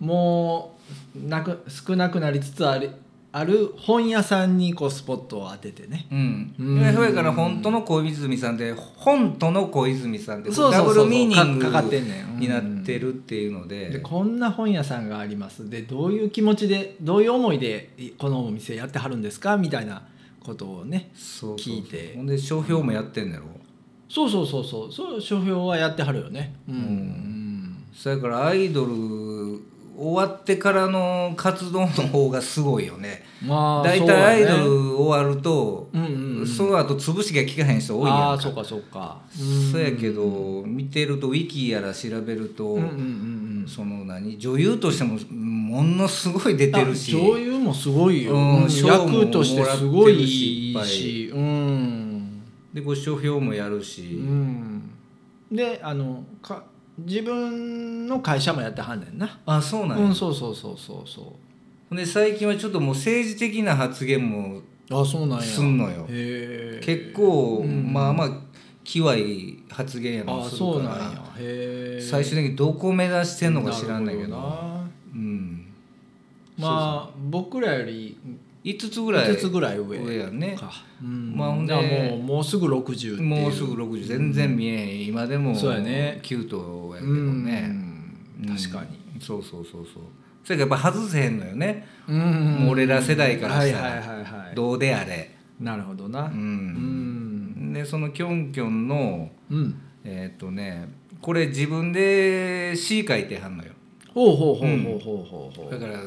S2: うもうなく少なくなりつつあるある本屋さんにこうスポットを当ててね
S1: うん、
S2: うん
S1: それから本当の小泉さんで本当の小泉さんで
S2: そうそうそうそ
S1: ダ
S2: う
S1: ブルミーニング
S2: かかかってんねんうん
S1: になってるっていうので
S2: でこんな本屋さんがありますでどういう気持ちでどういう思いでいこのお店やってはるんですかみたいなことをね
S1: そうそうそう
S2: 聞いて
S1: ほんで商標もやってんねやろ、
S2: そうそうそうそうそう書評はやってはるよねうん、
S1: う
S2: うん
S1: それからアイドル終わってからの活動の方がすごいよね
S2: まあ
S1: 大
S2: そう
S1: 体ア
S2: や
S1: イド
S2: ね
S1: ル終わると
S2: うんうんうん
S1: その後潰しが効かへん人多いやん
S2: ああ
S1: か
S2: そうかそうか
S1: そうやけど見てるとウィキやら調べると、
S2: うんうんうん
S1: その何女優としてもものすごい出てるし
S2: あ女優もすごいよ、
S1: うん
S2: うん
S1: 賞も
S2: 役としてすごいい
S1: もらっ
S2: い
S1: てるし
S2: しうん、
S1: でご書評もやる
S2: う
S1: し、
S2: ん、であのか自分の会社もやってはんねんな
S1: あそうなんや、
S2: うんそうそうそうそうそ
S1: ほんで最近はちょっともう政治的な発言も
S2: うあそうなんや
S1: すんのよ
S2: へえ
S1: 結構、
S2: うん
S1: まあまあきわい発言やの
S2: あ
S1: する
S2: そう
S1: か
S2: なん
S1: ら
S2: やへえ
S1: 最終的にどこ目指してんのか知らんだけ
S2: る
S1: ど
S2: ほな
S1: うん、
S2: まあ僕らより
S1: 5つぐらい
S2: 5つぐらい上
S1: 上やね
S2: か、うん
S1: まあほんで
S2: だからもうもうすぐ60っていう
S1: もうすぐ60全然見えへん今でも
S2: そうやね
S1: キュートやけ
S2: う
S1: どね、
S2: ん
S1: うん
S2: 確かに、
S1: そうそうそうそうそれからやっぱ外せへんのよね、
S2: うん
S1: もう俺ら世代からしたら
S2: はいはいはいはい
S1: どうであれ
S2: なるほどな
S1: う、
S2: うんん
S1: でそのキョンキョンの
S2: うん
S1: えーっ、とねこれ自分で詩書いてはんのよ
S2: ほうほうほうほうほうほうほう、
S1: だから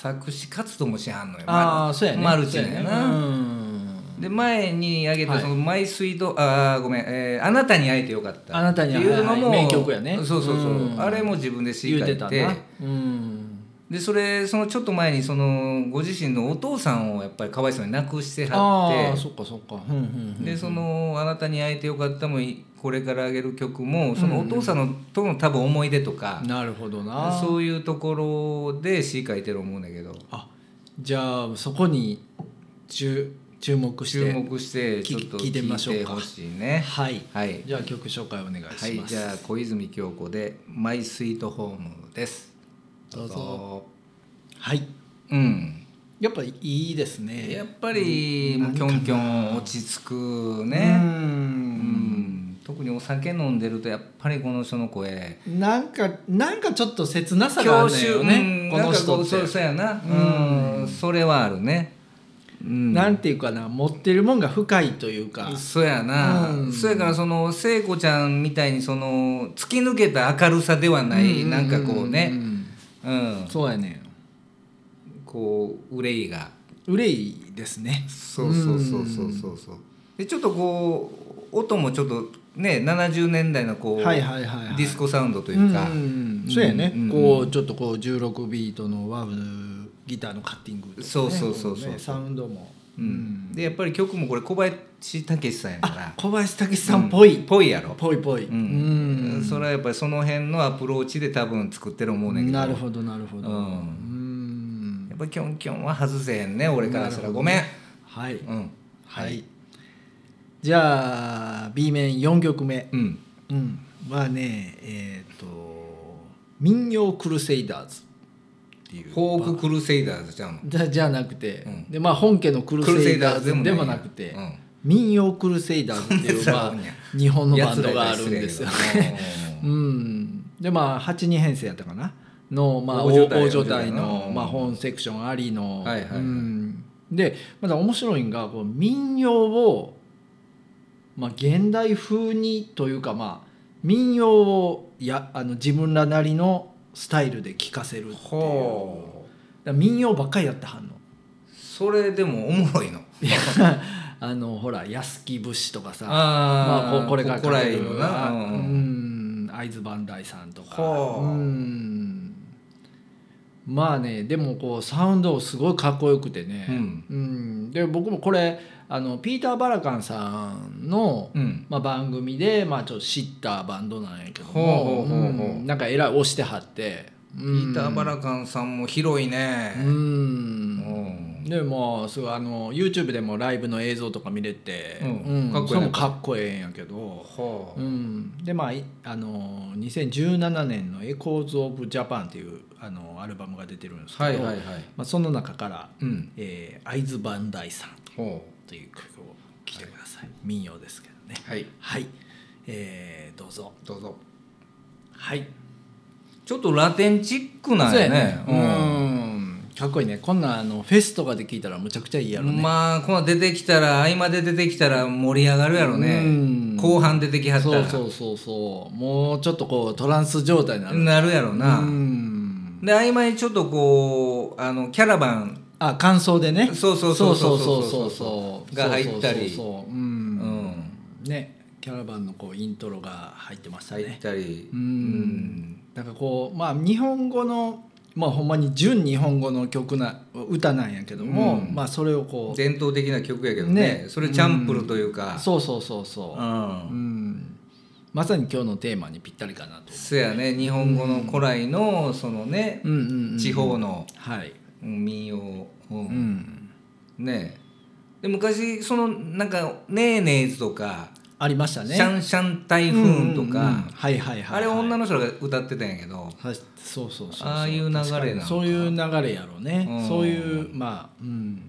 S1: 作詞活動もしはんのよ
S2: ああそうやね
S1: マルチなんやな
S2: そうねうん
S1: で前にあげ
S2: は
S1: た「
S2: い
S1: そのマイスイート」ああごめん、えーあなたに会えてよかった」
S2: あなたに
S1: っていうのも、
S2: はいはい名曲やね
S1: そうそうそう、
S2: うん
S1: あれも自分で詩
S2: 言
S1: 書
S2: う
S1: い
S2: て
S1: て
S2: たなうん
S1: でそれそのちょっと前にそのご自身のお父さんをやっぱりかわいそうに亡くして
S2: あ
S1: は
S2: あ
S1: っ
S2: そっかそっかうんうんう
S1: て
S2: ん
S1: でその「あなたに会えてよかった」もいこれからあげる曲もそのお父さんのとの多分思い出とか、
S2: なるほどな
S1: そういうところで詩書いてる思うんだけど
S2: あじゃあそこに注注目し
S1: 注
S2: て
S1: 目してちょっと
S2: 聞いてみましょうか
S1: 聞いてほしいね。
S2: はい
S1: はい
S2: じゃあ曲紹介お願いします、
S1: はい、じゃあ小泉京子でマイスイートホームです。
S2: どうぞ。はい
S1: うん。
S2: やっぱいいですね
S1: やっぱりもうキョンキョン落ち着く
S2: う
S1: ね。うんん。特にお酒飲んでるとやっぱりこの人の声。
S2: なんかなんかちょっと切なさがあるんだよね、
S1: こ
S2: この
S1: の
S2: 人
S1: 人
S2: っ
S1: そう
S2: て
S1: そうやな。
S2: うん
S1: うん。それはあるね。うん。
S2: なんていうかな持ってるもんが深いというか、
S1: そうやな、
S2: うん
S1: そうやからその聖子ちゃんみたいにその突き抜けた明るさではない、なんかこう
S2: う
S1: ね、
S2: ん
S1: うん、
S2: そうやね
S1: こう憂いが
S2: 憂いですね
S1: そうそうそうそうそうそうでちょっとこう音もちょっとね、70年代のこう、
S2: はいはいはいはい
S1: ディスコサウンドというか、
S2: うんうんうん
S1: ん
S2: そうやね、
S1: うん
S2: こうちょっとこう16ビートのワーブギターのカッティングとかね
S1: そうそうそうそう
S2: こねサウンドも、
S1: うんでやっぱり曲もこれ小林武史さんやから
S2: あ小林武史さんっぽい、
S1: うんぽいやろ、
S2: ぽいぽい、
S1: うん
S2: うん
S1: それはやっぱりその辺のアプローチで多分作ってる思うねんけど
S2: なるほどなるほど、
S1: うん
S2: ん
S1: やっぱりキョンキョンは外せへんね俺からしたらごめん、
S2: はい、
S1: うん
S2: はい、じゃあ B 面4曲目、
S1: うん
S2: うん、はねえっ、と「民謡クルセイダーズ」っていう
S1: フォーククルセイダーズちゃうの
S2: じゃじゃなくて、
S1: うん
S2: でまあ本家のクルセイダーズでもなくて、
S1: うん
S2: 民謡クルセイダーズって (laughs)
S1: (laughs)
S2: いう、
S1: そんなやつらお
S2: ま
S1: んね
S2: あ、日本のバンドがあるんですよ
S1: や。つらやけど
S2: (laughs) うん、でまあ8人編成やったかなの、まあ、
S1: 大所
S2: 大
S1: 帯
S2: 所帯の
S1: うん
S2: まあ、本セクションありの、
S1: はいはいはい
S2: うん、でまだ面白いんがこう民謡を、まあ、現代風にというか、まあ、民謡をやあの自分らなりのスタイルで聴かせるっていうだか
S1: ほ
S2: ら民謡ばっかりやってはん
S1: う
S2: の。
S1: それでもおもろいの
S2: いやあのほら安木節とかさ
S1: あー
S2: まあ、ここれから
S1: 古来
S2: かけ
S1: の
S2: る
S1: な
S2: あ
S1: う
S2: うんん会津磐梯さんとか
S1: ほう
S2: うんまあねでもこうサウンドすごいかっこよくてね、
S1: うん
S2: うんで僕もこれあのピーター・バラカンさんの、
S1: うん
S2: まあ、番組で、まあ、ちょっと知ったバンドなんやけど
S1: ほうほうほ
S2: も
S1: うほう
S2: うんなんかえらい押してはって。ピ
S1: ピーター・バラカンさんも広いうね
S2: ん
S1: うん
S2: でもすごいあの YouTube でもライブの映像とか見れて、
S1: うん
S2: うん
S1: かっこええね
S2: それもかっこええんやけど、
S1: ほ
S2: う、
S1: うん
S2: でまあいあの2017年の「エコーズ・オブ・ジャパン」っていうあのアルバムが出てるんですけど、
S1: はいはいはい
S2: まあ、その中から
S1: うん
S2: 「えー、会津磐梯さん
S1: ほ」
S2: という曲を聴いてください、民謡ですけどね
S1: うはい
S2: はい、えーどうぞ
S1: どうぞ
S2: はい
S1: ちょっとラテンチックなんやね
S2: そうやうんかっこいいねこんなんあのフェスとかで聴いたらむちゃくちゃいいやろね、
S1: まあこの出てきたら合間で出てきたら盛り上がるやろ
S2: う
S1: ね
S2: ん
S1: 後半出てきはった
S2: そう
S1: ら
S2: そうそうそうもうちょっとこうトランス状態になる
S1: なるやろ
S2: う
S1: なんで合間にちょっとこうあのキャラバン
S2: あ感想でね
S1: そうそうそう
S2: そ
S1: そうう
S2: そ
S1: そううそ
S2: そうそうう
S1: が入ったり
S2: そうそうそうそうう
S1: うんん
S2: ねキャラバンのこうイントロが入ってました
S1: 入
S2: ね
S1: ったり
S2: う
S1: うん
S2: んなんかこうまあ日本語のまあほんまに純日本語の曲な歌なんやけども、
S1: うん
S2: まあそれをこう
S1: 伝統的な曲やけどね
S2: ね
S1: それチャンプルというか
S2: そうそうそうそう、
S1: うん
S2: うんまさに今日のテーマにぴったりかなと、
S1: そやね日本語の古来のそのね
S2: うんうんうん、
S1: 地方の
S2: はい、
S1: うん民謡う
S2: うんん、
S1: ねえで昔そのなんか「ネーネーズ」とか
S2: ありまし
S1: 「
S2: たね
S1: シャンシャン台風」と
S2: うんうんうん
S1: か
S2: はいはいはい
S1: あれ女
S2: の
S1: の人が歌ってたんやけど
S2: そうそうそうそう
S1: ああいう流れなのか
S2: 確にそういう流れやろうね、
S1: うん
S2: そういうまあうん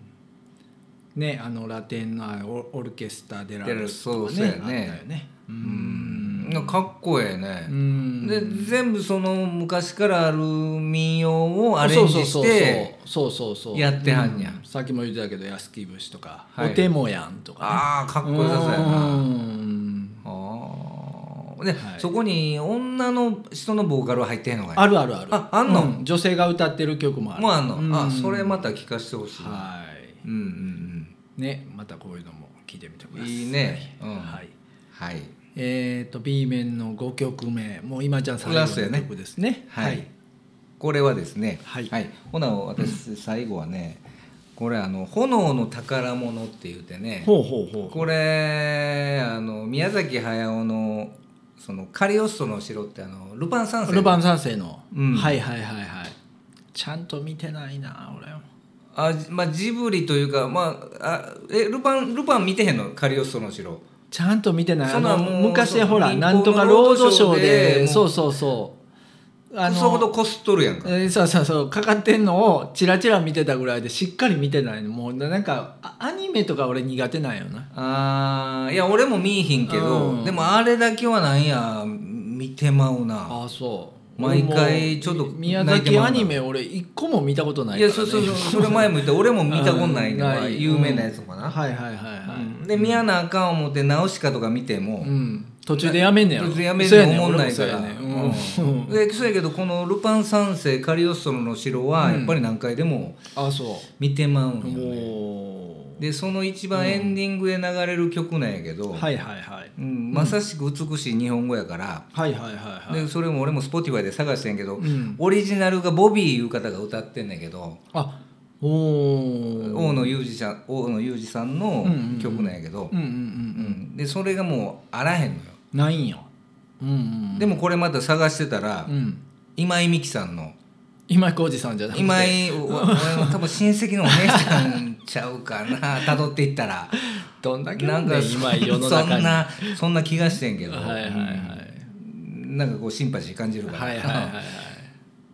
S2: ねあのラテンのオオルケスタ・デラルスとか
S1: そう
S2: ね
S1: そうやね
S2: あったよねう
S1: うんんかっこええ
S2: う
S1: ね
S2: ん
S1: で全部その昔からある民謡をアレンジして
S2: そうそうそうそうそうそう
S1: やってはんや
S2: うさっきも言ってたけど「安木節」とか「
S1: はい
S2: おてもやん」とか、
S1: ああか
S2: ね、
S1: っこよさそうや
S2: う
S1: なんああで
S2: はい
S1: そこに女の人のボーカルは入ってへんのかい
S2: あるあるある
S1: ああんの
S2: う女性が歌ってる曲もある
S1: もうあんの、
S2: う
S1: あ
S2: ん
S1: それまた聞かせてほしい、
S2: は
S1: う
S2: い
S1: んうん
S2: ねまたこういうのも聞いてみてくだ
S1: うん
S2: さい
S1: いいね、うん、
S2: はい
S1: はい
S2: えー、と B 面の5曲目もう今ちゃん最
S1: ラスト
S2: 後
S1: や
S2: の
S1: ね
S2: 曲ですね
S1: はい、これはですね、
S2: はい
S1: ほな私最後はね、これあの「炎の宝物」って言ってね
S2: ほうほうほう
S1: これあの宮崎駿の「そのカリオストの城」ってあのルパン三世
S2: ルパン三世の、
S1: うん
S2: はいはいはいはいちゃんと見てないな俺
S1: あ、まあ、ジブリというか、まあ、あえルパンルパン見てへんのカリオストの城
S2: ちゃんと見てないあ
S1: そんな
S2: の
S1: んもう
S2: 昔
S1: そう
S2: ほら
S1: 民放
S2: なんとか
S1: の
S2: ロ
S1: ロー
S2: ー
S1: ド
S2: ド
S1: シ
S2: シ
S1: ョ
S2: ョ
S1: ー
S2: ー
S1: で
S2: で
S1: もう
S2: そうそうそう
S1: あそほどこすっとるやんか
S2: えーそうそうそうかかってんのをチラチラ見てたぐらいでしっかり見てないのもうなんかあアニメとか俺苦手なんよな
S1: あーいや俺も見いひんけど、
S2: うん
S1: でもあれだけはなんや見てまうな
S2: ああそう
S1: 毎回ちょっと
S2: 俺も宮
S1: 泣いて
S2: 崎
S1: まうな
S2: アニメ俺一個も見たことない
S1: い
S2: から、
S1: や
S2: ね、
S1: そうそうそうそれ前も言った俺も見たことないね
S2: うん
S1: まあ有名なやつか
S2: うん
S1: な、
S2: はいはいはいはい、
S1: うんで見やなあかん思って「ナウシカ」とか見ても、
S2: うん途中でやめんねやろ
S1: 別にやめても思んないから
S2: そうやね俺もそうやねうん
S1: でそうやけどこの「ルパン三世カリオストロの城」はやっぱり何回でも
S2: あそう
S1: 見てまうんよね、
S2: もう
S1: でその一番エンディングで流れる曲なんやけど、
S2: はいはいはい
S1: うん、まさしく美しい日本語やから、
S2: はいはいはいはい
S1: でそれも俺も Spotify で探してんけど、
S2: うん
S1: オリジナルがボビーいう方が歌ってんねんけど、
S2: あおー
S1: 大野裕二さん大野裕二さんの
S2: うんうんうん
S1: 曲なんやけど、
S2: うんうんう
S1: うん
S2: ん
S1: でそれがもうあらへんのよ、
S2: うんないんやうんうん
S1: でもこれまた探してたら、
S2: うん
S1: 今井美樹さんの
S2: 今井浩二さんじゃなくて
S1: 今井お俺も多分親戚のお姉さんちゃうかな
S2: (laughs)
S1: 辿っていったら
S2: どんだけ
S1: な
S2: なんんか
S1: か
S2: 今井世の
S1: そ
S2: 中に
S1: んなそんな気がしてんけど、
S2: はいはいはい
S1: なんかこうシンパシー感じるから、
S2: はいはいはいはい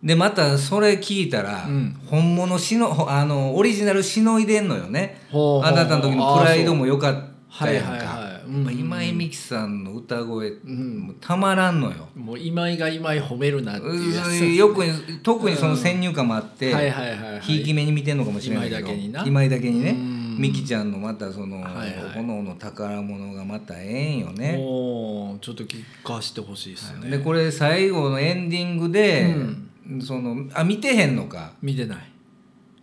S1: でまたそれ聞いたら、
S2: うん
S1: 本物しのほあのオリジナルしのいでんのよね
S2: ほうほう
S1: あなたの時のプライドも良かった
S2: はい
S1: やん
S2: は
S1: か、
S2: いはい
S1: やっぱ今井美樹さんの歌声、もうたまらんのよ、
S2: もう今井が今井褒めるなっていうやつ
S1: うんよく特にその先入観もあって、
S2: はいはいはいは
S1: ひいき
S2: い
S1: 目に見てんのかもしれないけど
S2: 今井だけにな
S1: 今井だけにね
S2: うん
S1: 美樹ちゃんのまたその、
S2: はいはい
S1: 炎の宝物がまたええんよね
S2: もうちょっと聞かしてほしいですね
S1: でこれ最後のエンディングで、そのあ見てへんのか
S2: 見てない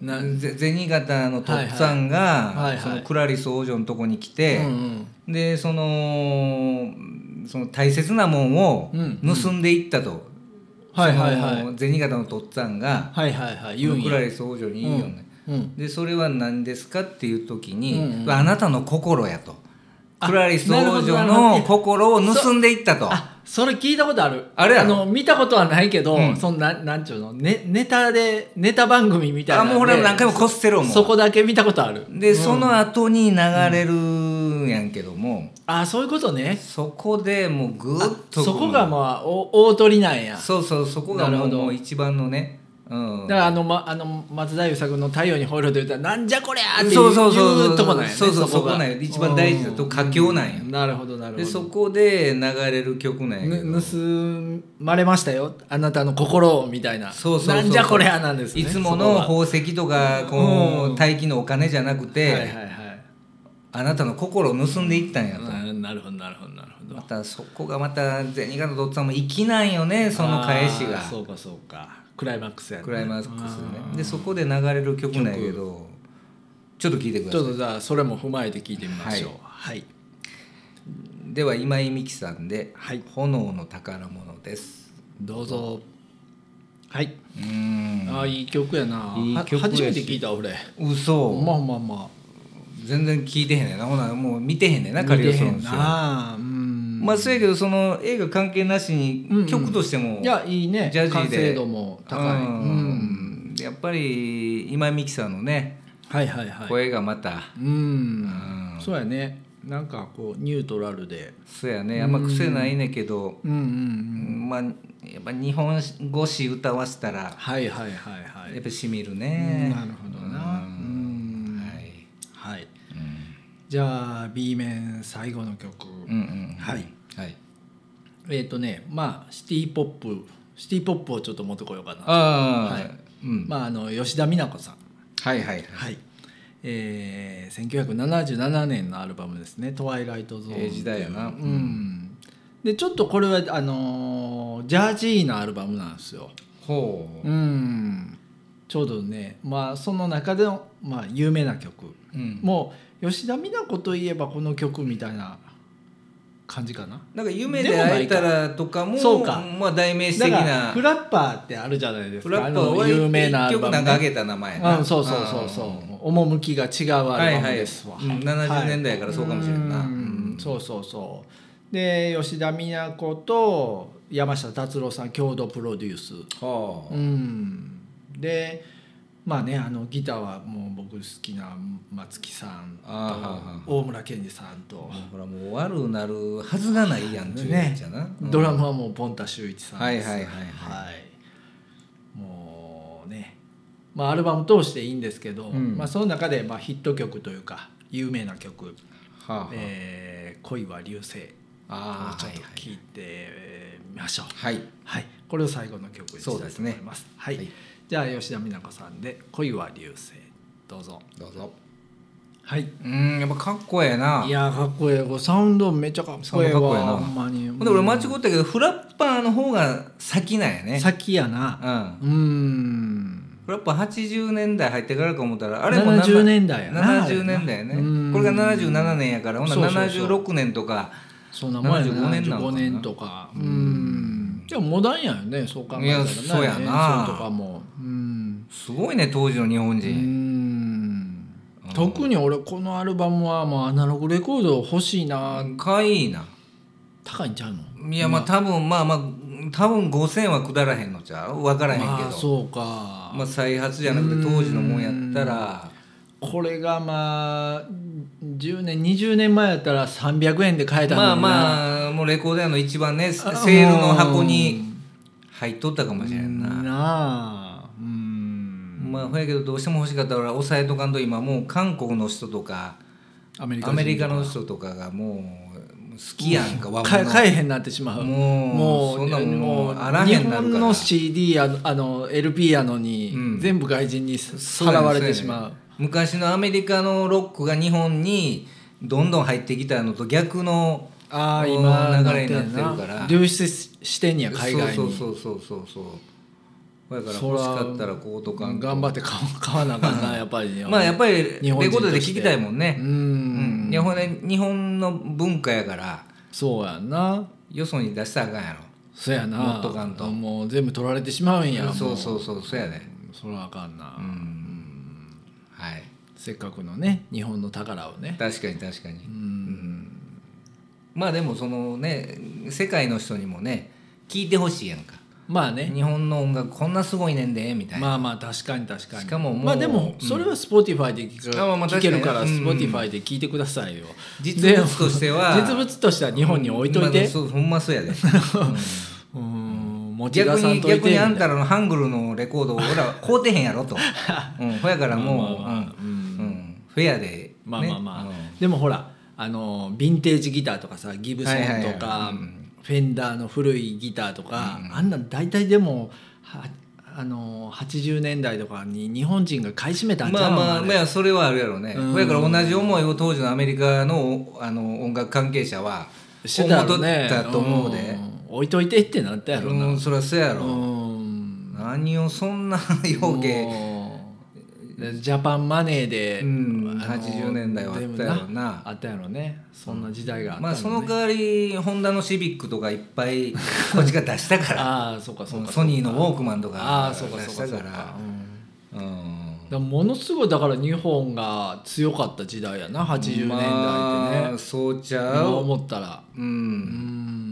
S2: なうん
S1: ぜ銭形のとっつぁんが、
S2: はいはい
S1: そのクラリス王女のとこに来て、
S2: うん
S1: でそのその大切なもんを
S2: うん
S1: 盗んでいったと、
S2: はいはいはい
S1: その銭形のとっつぁんが、
S2: はいはいはい
S1: そ
S2: 言う
S1: の
S2: ん
S1: クラ
S2: や
S1: リス王女に言うよね、
S2: うん
S1: でそれは何ですかっていう時に、
S2: うん
S1: あなたの心やと
S2: あ
S1: クラリス王女
S2: なるほどなる
S1: の
S2: ほど
S1: 心を盗んでいったと
S2: あそれ聞いたことある
S1: あれやろ
S2: の見たことはないけど、
S1: うん
S2: そんななんちゅうの、ね、ネタでネタ番組みたい
S1: あ
S2: なの
S1: もう
S2: で
S1: 俺も何回もこすってるもん
S2: そこだけ見たことある
S1: で、その後に流れるんやんけども、
S2: あそういうことね
S1: そこでもうぐーっと
S2: あそこがまあお大鳥なんや
S1: そうそうそこが
S2: なる
S1: も
S2: ほ
S1: う
S2: ど
S1: もう一番のね、うん、
S2: だからあの,、ま、あの松田優作の「太陽にほえろ」で言ったら「なんじゃこりゃ!」っていう
S1: そうそうそう
S2: いうとこなんやね
S1: そうそう
S2: が
S1: そこなんや一番大事なとこ佳境なんや
S2: うなるほどなるほ
S1: で
S2: ど
S1: そこで流れる曲なんやけど
S2: ぬ盗まれましたよあなたの心をみたいな
S1: そうそうそう
S2: なんじゃこりゃなんですね
S1: いつも
S2: そこ
S1: の
S2: が
S1: 宝石とかこ
S2: う
S1: うん大金のお金じゃなくて、
S2: はいはいはい
S1: あなたの心を盗んでいったんやと、
S2: うんなるほどなるほどなるほど
S1: またそこがまた銭形とっつぁんも粋なんよねその返しが
S2: あーそうかそうかクライマックスやね
S1: クライマックスで
S2: あ
S1: ねでそこで流れる曲なんやけどちょっと聞いてく
S2: ー
S1: だ
S2: ち
S1: さ
S2: ょ
S1: い
S2: っとじゃあそれも踏まえて聞いてみましょうはい
S1: では今井美樹さんで、
S2: はい
S1: 炎の宝物です
S2: どうぞはい
S1: うん
S2: あーいい曲やない
S1: い曲やし
S2: は初めて聞いた俺
S1: 嘘
S2: まあまあま
S1: 全然聞いてへんねんなほなもう見てへんねん
S2: あ
S1: なカリオスの
S2: 見てへんなうん
S1: まあそうやけどその映画関係なしに
S2: うんうん
S1: 曲としても、
S2: いやいいね
S1: ジャジーで
S2: 完成度も高い、
S1: うん
S2: うん
S1: やっぱり今井美樹さんのね
S2: はいはいはい
S1: 声がまた、
S2: うん、そうやねなんかこうニュートラルで
S1: そうやねあんま癖ないねんけど、
S2: うんうんうん
S1: まあやっぱ日本語詞歌わせたら
S2: はいはいはいは
S1: やっ
S2: い
S1: ぱしみるね、
S2: なるほどなうん
S1: はい
S2: はい
S1: うん
S2: じゃあ B 面最後の曲、
S1: うんうん
S2: はい
S1: はい
S2: えっ、とねまあシティポップシティポップをちょっと持ってこようかな
S1: ああ、
S2: はい
S1: うん、
S2: まああの吉田美奈子さん
S1: はいはいはい。
S2: はいえー、1977年のアルバムですね「トワイライトゾーンっていう」
S1: ええ時代やな
S2: うん、でちょっとこれはあのージャージーのアルバムなんですよ
S1: ほう。
S2: うんちょうどねまあその中での、まあ、有名な曲
S1: うん
S2: もう吉田美奈子といえばこの曲みたいな感じかな
S1: なんか夢で会えたらとかも、
S2: そうか
S1: まあ代名詞
S2: だ
S1: 的
S2: から
S1: な。
S2: フラッパーってあるじゃないです
S1: フ
S2: か
S1: ラッパー
S2: あの
S1: は
S2: 有名なアル
S1: 一曲
S2: バ
S1: な
S2: ム、
S1: んか上
S2: ね
S1: げた名前
S2: う
S1: な。
S2: ん、そうそうそうそう趣が違うア
S1: は
S2: ル
S1: い
S2: バム
S1: はい。
S2: ですわ、
S1: うん70年代からそうかもしれんな。う
S2: う
S1: ん
S2: そうそうそうで吉田美奈子と山下達郎さん共同プロデュース
S1: ほ
S2: う
S1: う。
S2: んでまあねあのギターはもう僕好きな松木さん
S1: あーはーはー
S2: と大村健二さんと、
S1: ほらもう悪うなるはずがないやんっていうや
S2: ね
S1: つやな。うん
S2: ドラムはもうポンタ秀一さんです
S1: はいはいはいは
S2: はいもうねまあアルバム通していいんですけど、
S1: うん
S2: まあ、その中でまあヒット曲というか有名な曲
S1: はあは
S2: 「えー恋は流星」を
S1: あ。ああ
S2: ちょっ
S1: はい
S2: と聴いてみましょう、
S1: はい。はい。
S2: はい、これを最後の曲にしたい
S1: そうです
S2: と
S1: ね
S2: 思います。はい、
S1: はい
S2: じゃあ吉田美奈子さんで恋は流星どうぞ。
S1: どうぞ。
S2: はい。
S1: うん、やっぱかっこええな。
S2: いやーかっこええこれサウンドめっちゃかっこええ
S1: サウンドかっこええ
S2: わ。
S1: な
S2: ほんまに。
S1: ほんで俺間違ったけど、フラッパーの方が先なんやね。
S2: 先やな。
S1: うん
S2: う。ーん。
S1: これやっぱ80年代入ってからか思ったらあれも
S2: 70年代やな
S1: 70年代や
S2: あれな
S1: ねこれが77年やからほんな
S2: そう
S1: ら
S2: そうそう
S1: 76年とか
S2: そんなもんや
S1: 75年なのかな
S2: 75年とかうんじゃあモダンやよねそう考えたら
S1: いやそうやな
S2: 演奏とかもうん
S1: すごいね当時の日本
S2: う
S1: 人
S2: ん特に俺このアルバムはもうアナログレコード欲しいな
S1: かいいな
S2: 高いんちゃうの
S1: いやまあ多分まあまあ多分5000は下らへんのちゃう分からへんけ
S2: まあ
S1: ど
S2: そうか
S1: まあ再発じゃなくて当時のもんやったら
S2: これがまあ10年20年前やったら300円で買えたのに
S1: まあ
S2: な
S1: まあもうレコード屋の一番ねセールの箱に入っとったかもしれんな
S2: なあうん
S1: まあほやけどどうしても欲しかったから抑えとかんと今もう韓国の人とか
S2: アメリカ
S1: アメリカの人とかがもう好きや
S2: (laughs)
S1: んか和物
S2: 買え買えへんなってしまう
S1: もう
S2: もう
S1: そんなもん
S2: もう
S1: あらへんなるから
S2: 日本の CD やあの LP やのに、
S1: うん
S2: 全部外人に
S1: そうや
S2: 払
S1: ね
S2: われてしまう
S1: そやね昔のアメリカのロックが日本にどんどん入ってきたのと逆の
S2: ああ
S1: うん
S2: 今
S1: 流れになってる
S2: ん
S1: から
S2: な流出してんねや海外に
S1: そうそうそうそうそうそうだから欲しかったらこうとかんと
S2: 頑張って買わ買わなあか
S1: (laughs)
S2: んなやっぱり
S1: まあやっぱりレ
S2: 日
S1: コ
S2: 本人
S1: ードで
S2: として
S1: 聞きたいもん
S2: う
S1: ね
S2: ん
S1: うんいやほんで日本の文化やから
S2: そうやんな
S1: よそに出したらあかんやろ
S2: そうやな
S1: 持っとかんと
S2: もう全部取られてしまうんや
S1: そう
S2: う
S1: そうそうそうやで
S2: そらあかんな、
S1: はい
S2: せっかくのね日本の宝をね
S1: 確かに確かにうんまあでもそのね世界の人にもね聞いてほしいやんか
S2: まあね
S1: 日本の音楽こんなすごいねんでみたいな
S2: まあまあ確かに確かに
S1: しかももう
S2: まあでもそれは Spotify で聞く
S1: あまあまあ
S2: 聞けるから
S1: 確かにね
S2: Spotify で聞いてくださいよ
S1: 実物としては
S2: でも実物としては日本に置いとい
S1: ま
S2: て
S1: あそうほんまそうや
S2: (laughs)
S1: で
S2: うーん持ち出
S1: 逆
S2: さん
S1: に
S2: とい
S1: 逆
S2: て
S1: にあんたらのハングルのレコードを俺
S2: (laughs)
S1: ら買うてへんやろとうんほやからもううんうんフェアで
S2: まあまあまあ、
S1: ね
S2: でもほらあのヴィンテージギターとかさギブソンとか、
S1: はいはいはいう
S2: フェンダーの古いギターとか、あんなん大体でもはあの80年代とかに日本人が買い占めたんち
S1: ま
S2: ゃ
S1: あ
S2: うの
S1: まあ
S2: れ
S1: まあそれはあるやろうね
S2: うん
S1: ほやから同じ思いを当時のアメリカのあの音楽関係者は
S2: してた
S1: 思
S2: ろ
S1: うと
S2: ね
S1: ったと思うで
S2: ん置いといてってなったやろな
S1: うんそりゃそうやろ
S2: うん
S1: 何をそんな要件
S2: もうジャパンマネーで、
S1: うん
S2: あの
S1: 80年代はあったやろな
S2: でもあったやろねそんな時代があった
S1: まあその
S2: ね
S1: 代わりホンダのシビックとかいっぱい (laughs) こっちが出したから
S2: ああそうかそうか
S1: ソニーのウォークマンと
S2: あ
S1: か
S2: あそうか
S1: 出
S2: そう
S1: し
S2: か
S1: た
S2: そう
S1: か
S2: からうん
S1: うん
S2: だからものすごいだから日本が強かった時代やな80年代って
S1: まあ、
S2: ね
S1: そうちゃ
S2: 今
S1: う、
S2: 思ったら
S1: う、
S2: うんん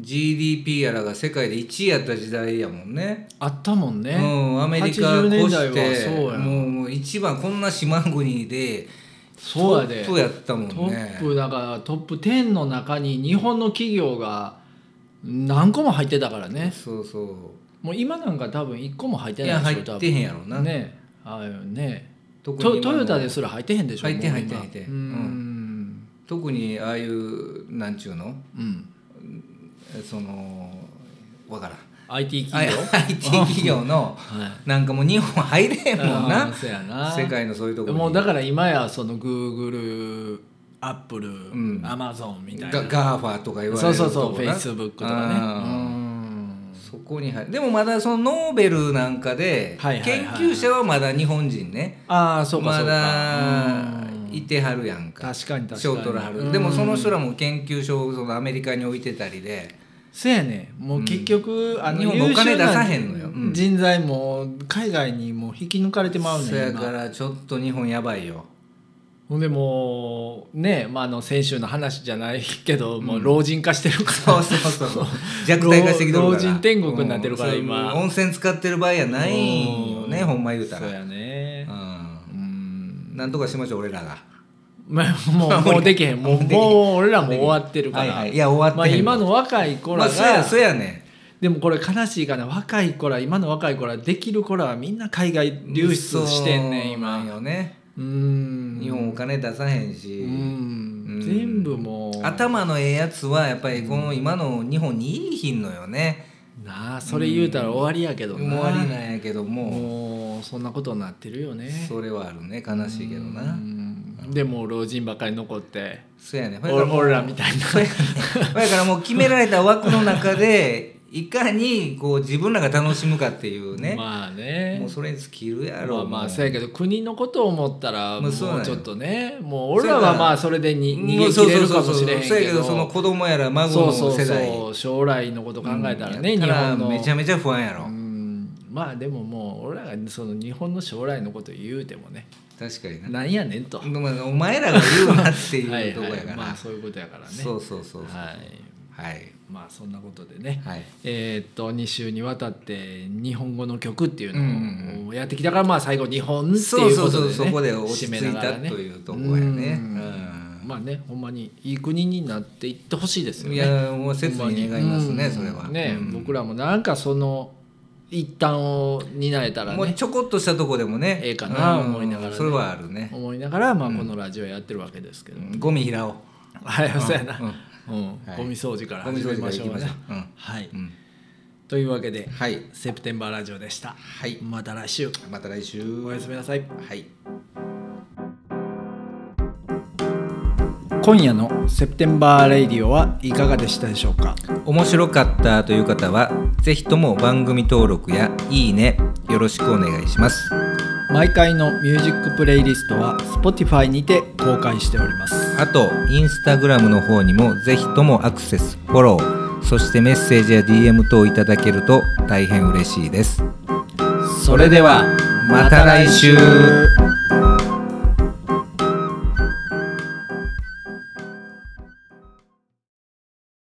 S1: GDP やらが世界で1位やった時代やもんね
S2: あったもんね、
S1: うん、アメリカ
S2: 80
S1: 越
S2: 年代
S1: し
S2: は
S1: て
S2: そうや
S1: もうもう一番こんな島国で
S2: そうやで
S1: トップやったもんね
S2: トップだからトップ10の中に日本の企業が何個も入ってたからね
S1: そうそ
S2: もう今なんか多分1個も入っ
S1: う
S2: て
S1: い
S2: ない
S1: や
S2: でしょ
S1: 入ってへんやろ
S2: 多
S1: な、
S2: 分ねああいうね
S1: 特
S2: ト
S1: に
S2: トヨタですすら入ってへんでしょ
S1: 入って
S2: もう
S1: 入って
S2: 今
S1: 入って
S2: うーん
S1: 特にああいうなんちゅうの
S2: うん
S1: えそのわからん
S2: IT
S1: (laughs)
S2: 企業
S1: IT 企業の
S2: はい
S1: なんかもう日本入れへん (laughs) もん
S2: あー
S1: な
S2: そうやな
S1: 世界のそういうとこ
S2: もう
S1: に
S2: だから今やそのグーグルアップル、
S1: ん
S2: アマゾンみたい
S1: ガ
S2: な
S1: ガーファーとか言われる
S2: そうそうそ
S1: と
S2: う
S1: こ
S2: フ
S1: な
S2: ェイスブックとかね
S1: あー
S2: うん
S1: そこに入るでもまだそのノーベルなんかで
S2: はい
S1: 研
S2: はいはいはい
S1: 究者はまだ日本人ね
S2: ああそうか
S1: ま
S2: そうか、
S1: だ
S2: うん
S1: いてはるやんか
S2: 確かに確かに
S1: 賞取らは
S2: うん
S1: るでもその人らも研究所をそのアメリカに置いてたりで
S2: そうやねもう結局、あの
S1: 日本もお金
S2: 優秀な
S1: 出さへんのようん
S2: 人材も海外にもう引き抜かれてまうねん
S1: そやか
S2: 今
S1: らちょっと日本やばいよ
S2: ほんでもうね、まあ、あの先週の話じゃないけど、もう老人化してるから
S1: そうそうそうそう弱体化してきとるから
S2: 老人天国になってるから
S1: うん
S2: 今
S1: 温泉使ってる場合やないよね
S2: うん
S1: ほんま言うた
S2: そう
S1: ら
S2: やね
S1: うん
S2: うん
S1: なんとかしましょう俺らが
S2: まあ、も
S1: (laughs)
S2: うもうできへんもうもう俺らも終わってるから、
S1: はいはいいや終わ
S2: ま
S1: っ
S2: あ、
S1: てへん
S2: 今の若い子
S1: ま
S2: ら
S1: あ
S2: が、
S1: そうやそうやね
S2: でもこれ悲しいかな若い子ら今の若い子らできる子らはみんな海外流出してんねん
S1: そうなん
S2: 今
S1: よね
S2: うーん
S1: 日本お金出さへんし、
S2: うーん
S1: ん
S2: 全部もう
S1: 頭のええやつはやっぱりこの今の日本にいいひんのよね、
S2: なあそれ言うたら終わりやけど
S1: もう終わりなんやけども、
S2: もうそんなことになってるよね
S1: それはあるね悲しいけどな、
S2: うんでもう老人ばっかり残って
S1: そうやね
S2: 俺俺らみたいな
S1: そうやねだからもう決められた枠の中でいかにこう自分らが楽しむかっていうね、
S2: (laughs) まあね
S1: もうそれに尽きるやろ
S2: まあまあそうやけど国のことを思った
S1: ま
S2: らも
S1: あ
S2: う
S1: そうなんや
S2: ちょっとねもう俺らはまあそれでに
S1: も
S2: 逃げ
S1: うそう
S2: 切れ
S1: そう
S2: る
S1: そ
S2: か
S1: う
S2: も
S1: そう
S2: しれへん
S1: そうや
S2: け
S1: け
S2: ど
S1: どその子供やら孫
S2: そう
S1: の
S2: そう
S1: 世代
S2: そう将来のこと考えたらね
S1: うんやった
S2: 日
S1: ら
S2: 本の
S1: めちゃめちゃ不安やろ、
S2: うんまあでももう俺らがその日本の将来のこと言うてもね
S1: 確かにな
S2: なんやねんと
S1: でもお前らが言うなって
S2: は
S1: いう
S2: い
S1: とこ
S2: は
S1: や
S2: い
S1: から
S2: まあそういうことやからね
S1: そうそうそうそう
S2: はい
S1: はい
S2: まあそんなことでね
S1: はい
S2: えーっと2週にわたって日本語の曲ってい
S1: うんうん
S2: うのをやってきたからまあ最後日本って
S1: そ
S2: いうう
S1: そ
S2: こ
S1: うそ
S2: と
S1: う
S2: で
S1: そ
S2: ね
S1: こで落ち着
S2: 締め
S1: い
S2: なが
S1: た
S2: らね
S1: というとこやね
S2: うんまあねほんまにいい国になっていってほしいです
S1: う
S2: よ
S1: んい
S2: ね
S1: やもう切に願いますね
S2: うん
S1: それは
S2: ね
S1: うん
S2: 僕らもなんかその一端を担えたら
S1: もう
S2: ね
S1: ちょこっとしたとこでもね
S2: ええかな
S1: うん
S2: 思いながらね
S1: それはあるね
S2: 思いながらまあこのラジオやってるわけですけど
S1: ゴミ拾おう
S2: はいそうやな
S1: うん
S2: うん
S1: はい
S2: ゴミ掃除から
S1: ゴミ掃
S2: 始
S1: 除
S2: め
S1: か
S2: ま
S1: ら
S2: し
S1: 行
S2: ょ
S1: き
S2: う
S1: まし
S2: ね
S1: ょううん
S2: はい
S1: うん
S2: というわけで
S1: はい
S2: セプテンバーラジオでした
S1: はい
S2: また来週
S1: また来週
S2: おやすみなさい
S1: はい
S2: 今夜のセプテンバーレイディオはいかがでしたでしょうか
S1: 面白かったという方はぜひとも番組登録やいいねよろしくお願いします
S2: 毎回のミュージックプレイリストは Spotify にて公開しております
S1: あとインスタグラムの方にもぜひともアクセスフォローそしてメッセージや DM 等いただけると大変嬉しいです
S2: それでは
S1: また来週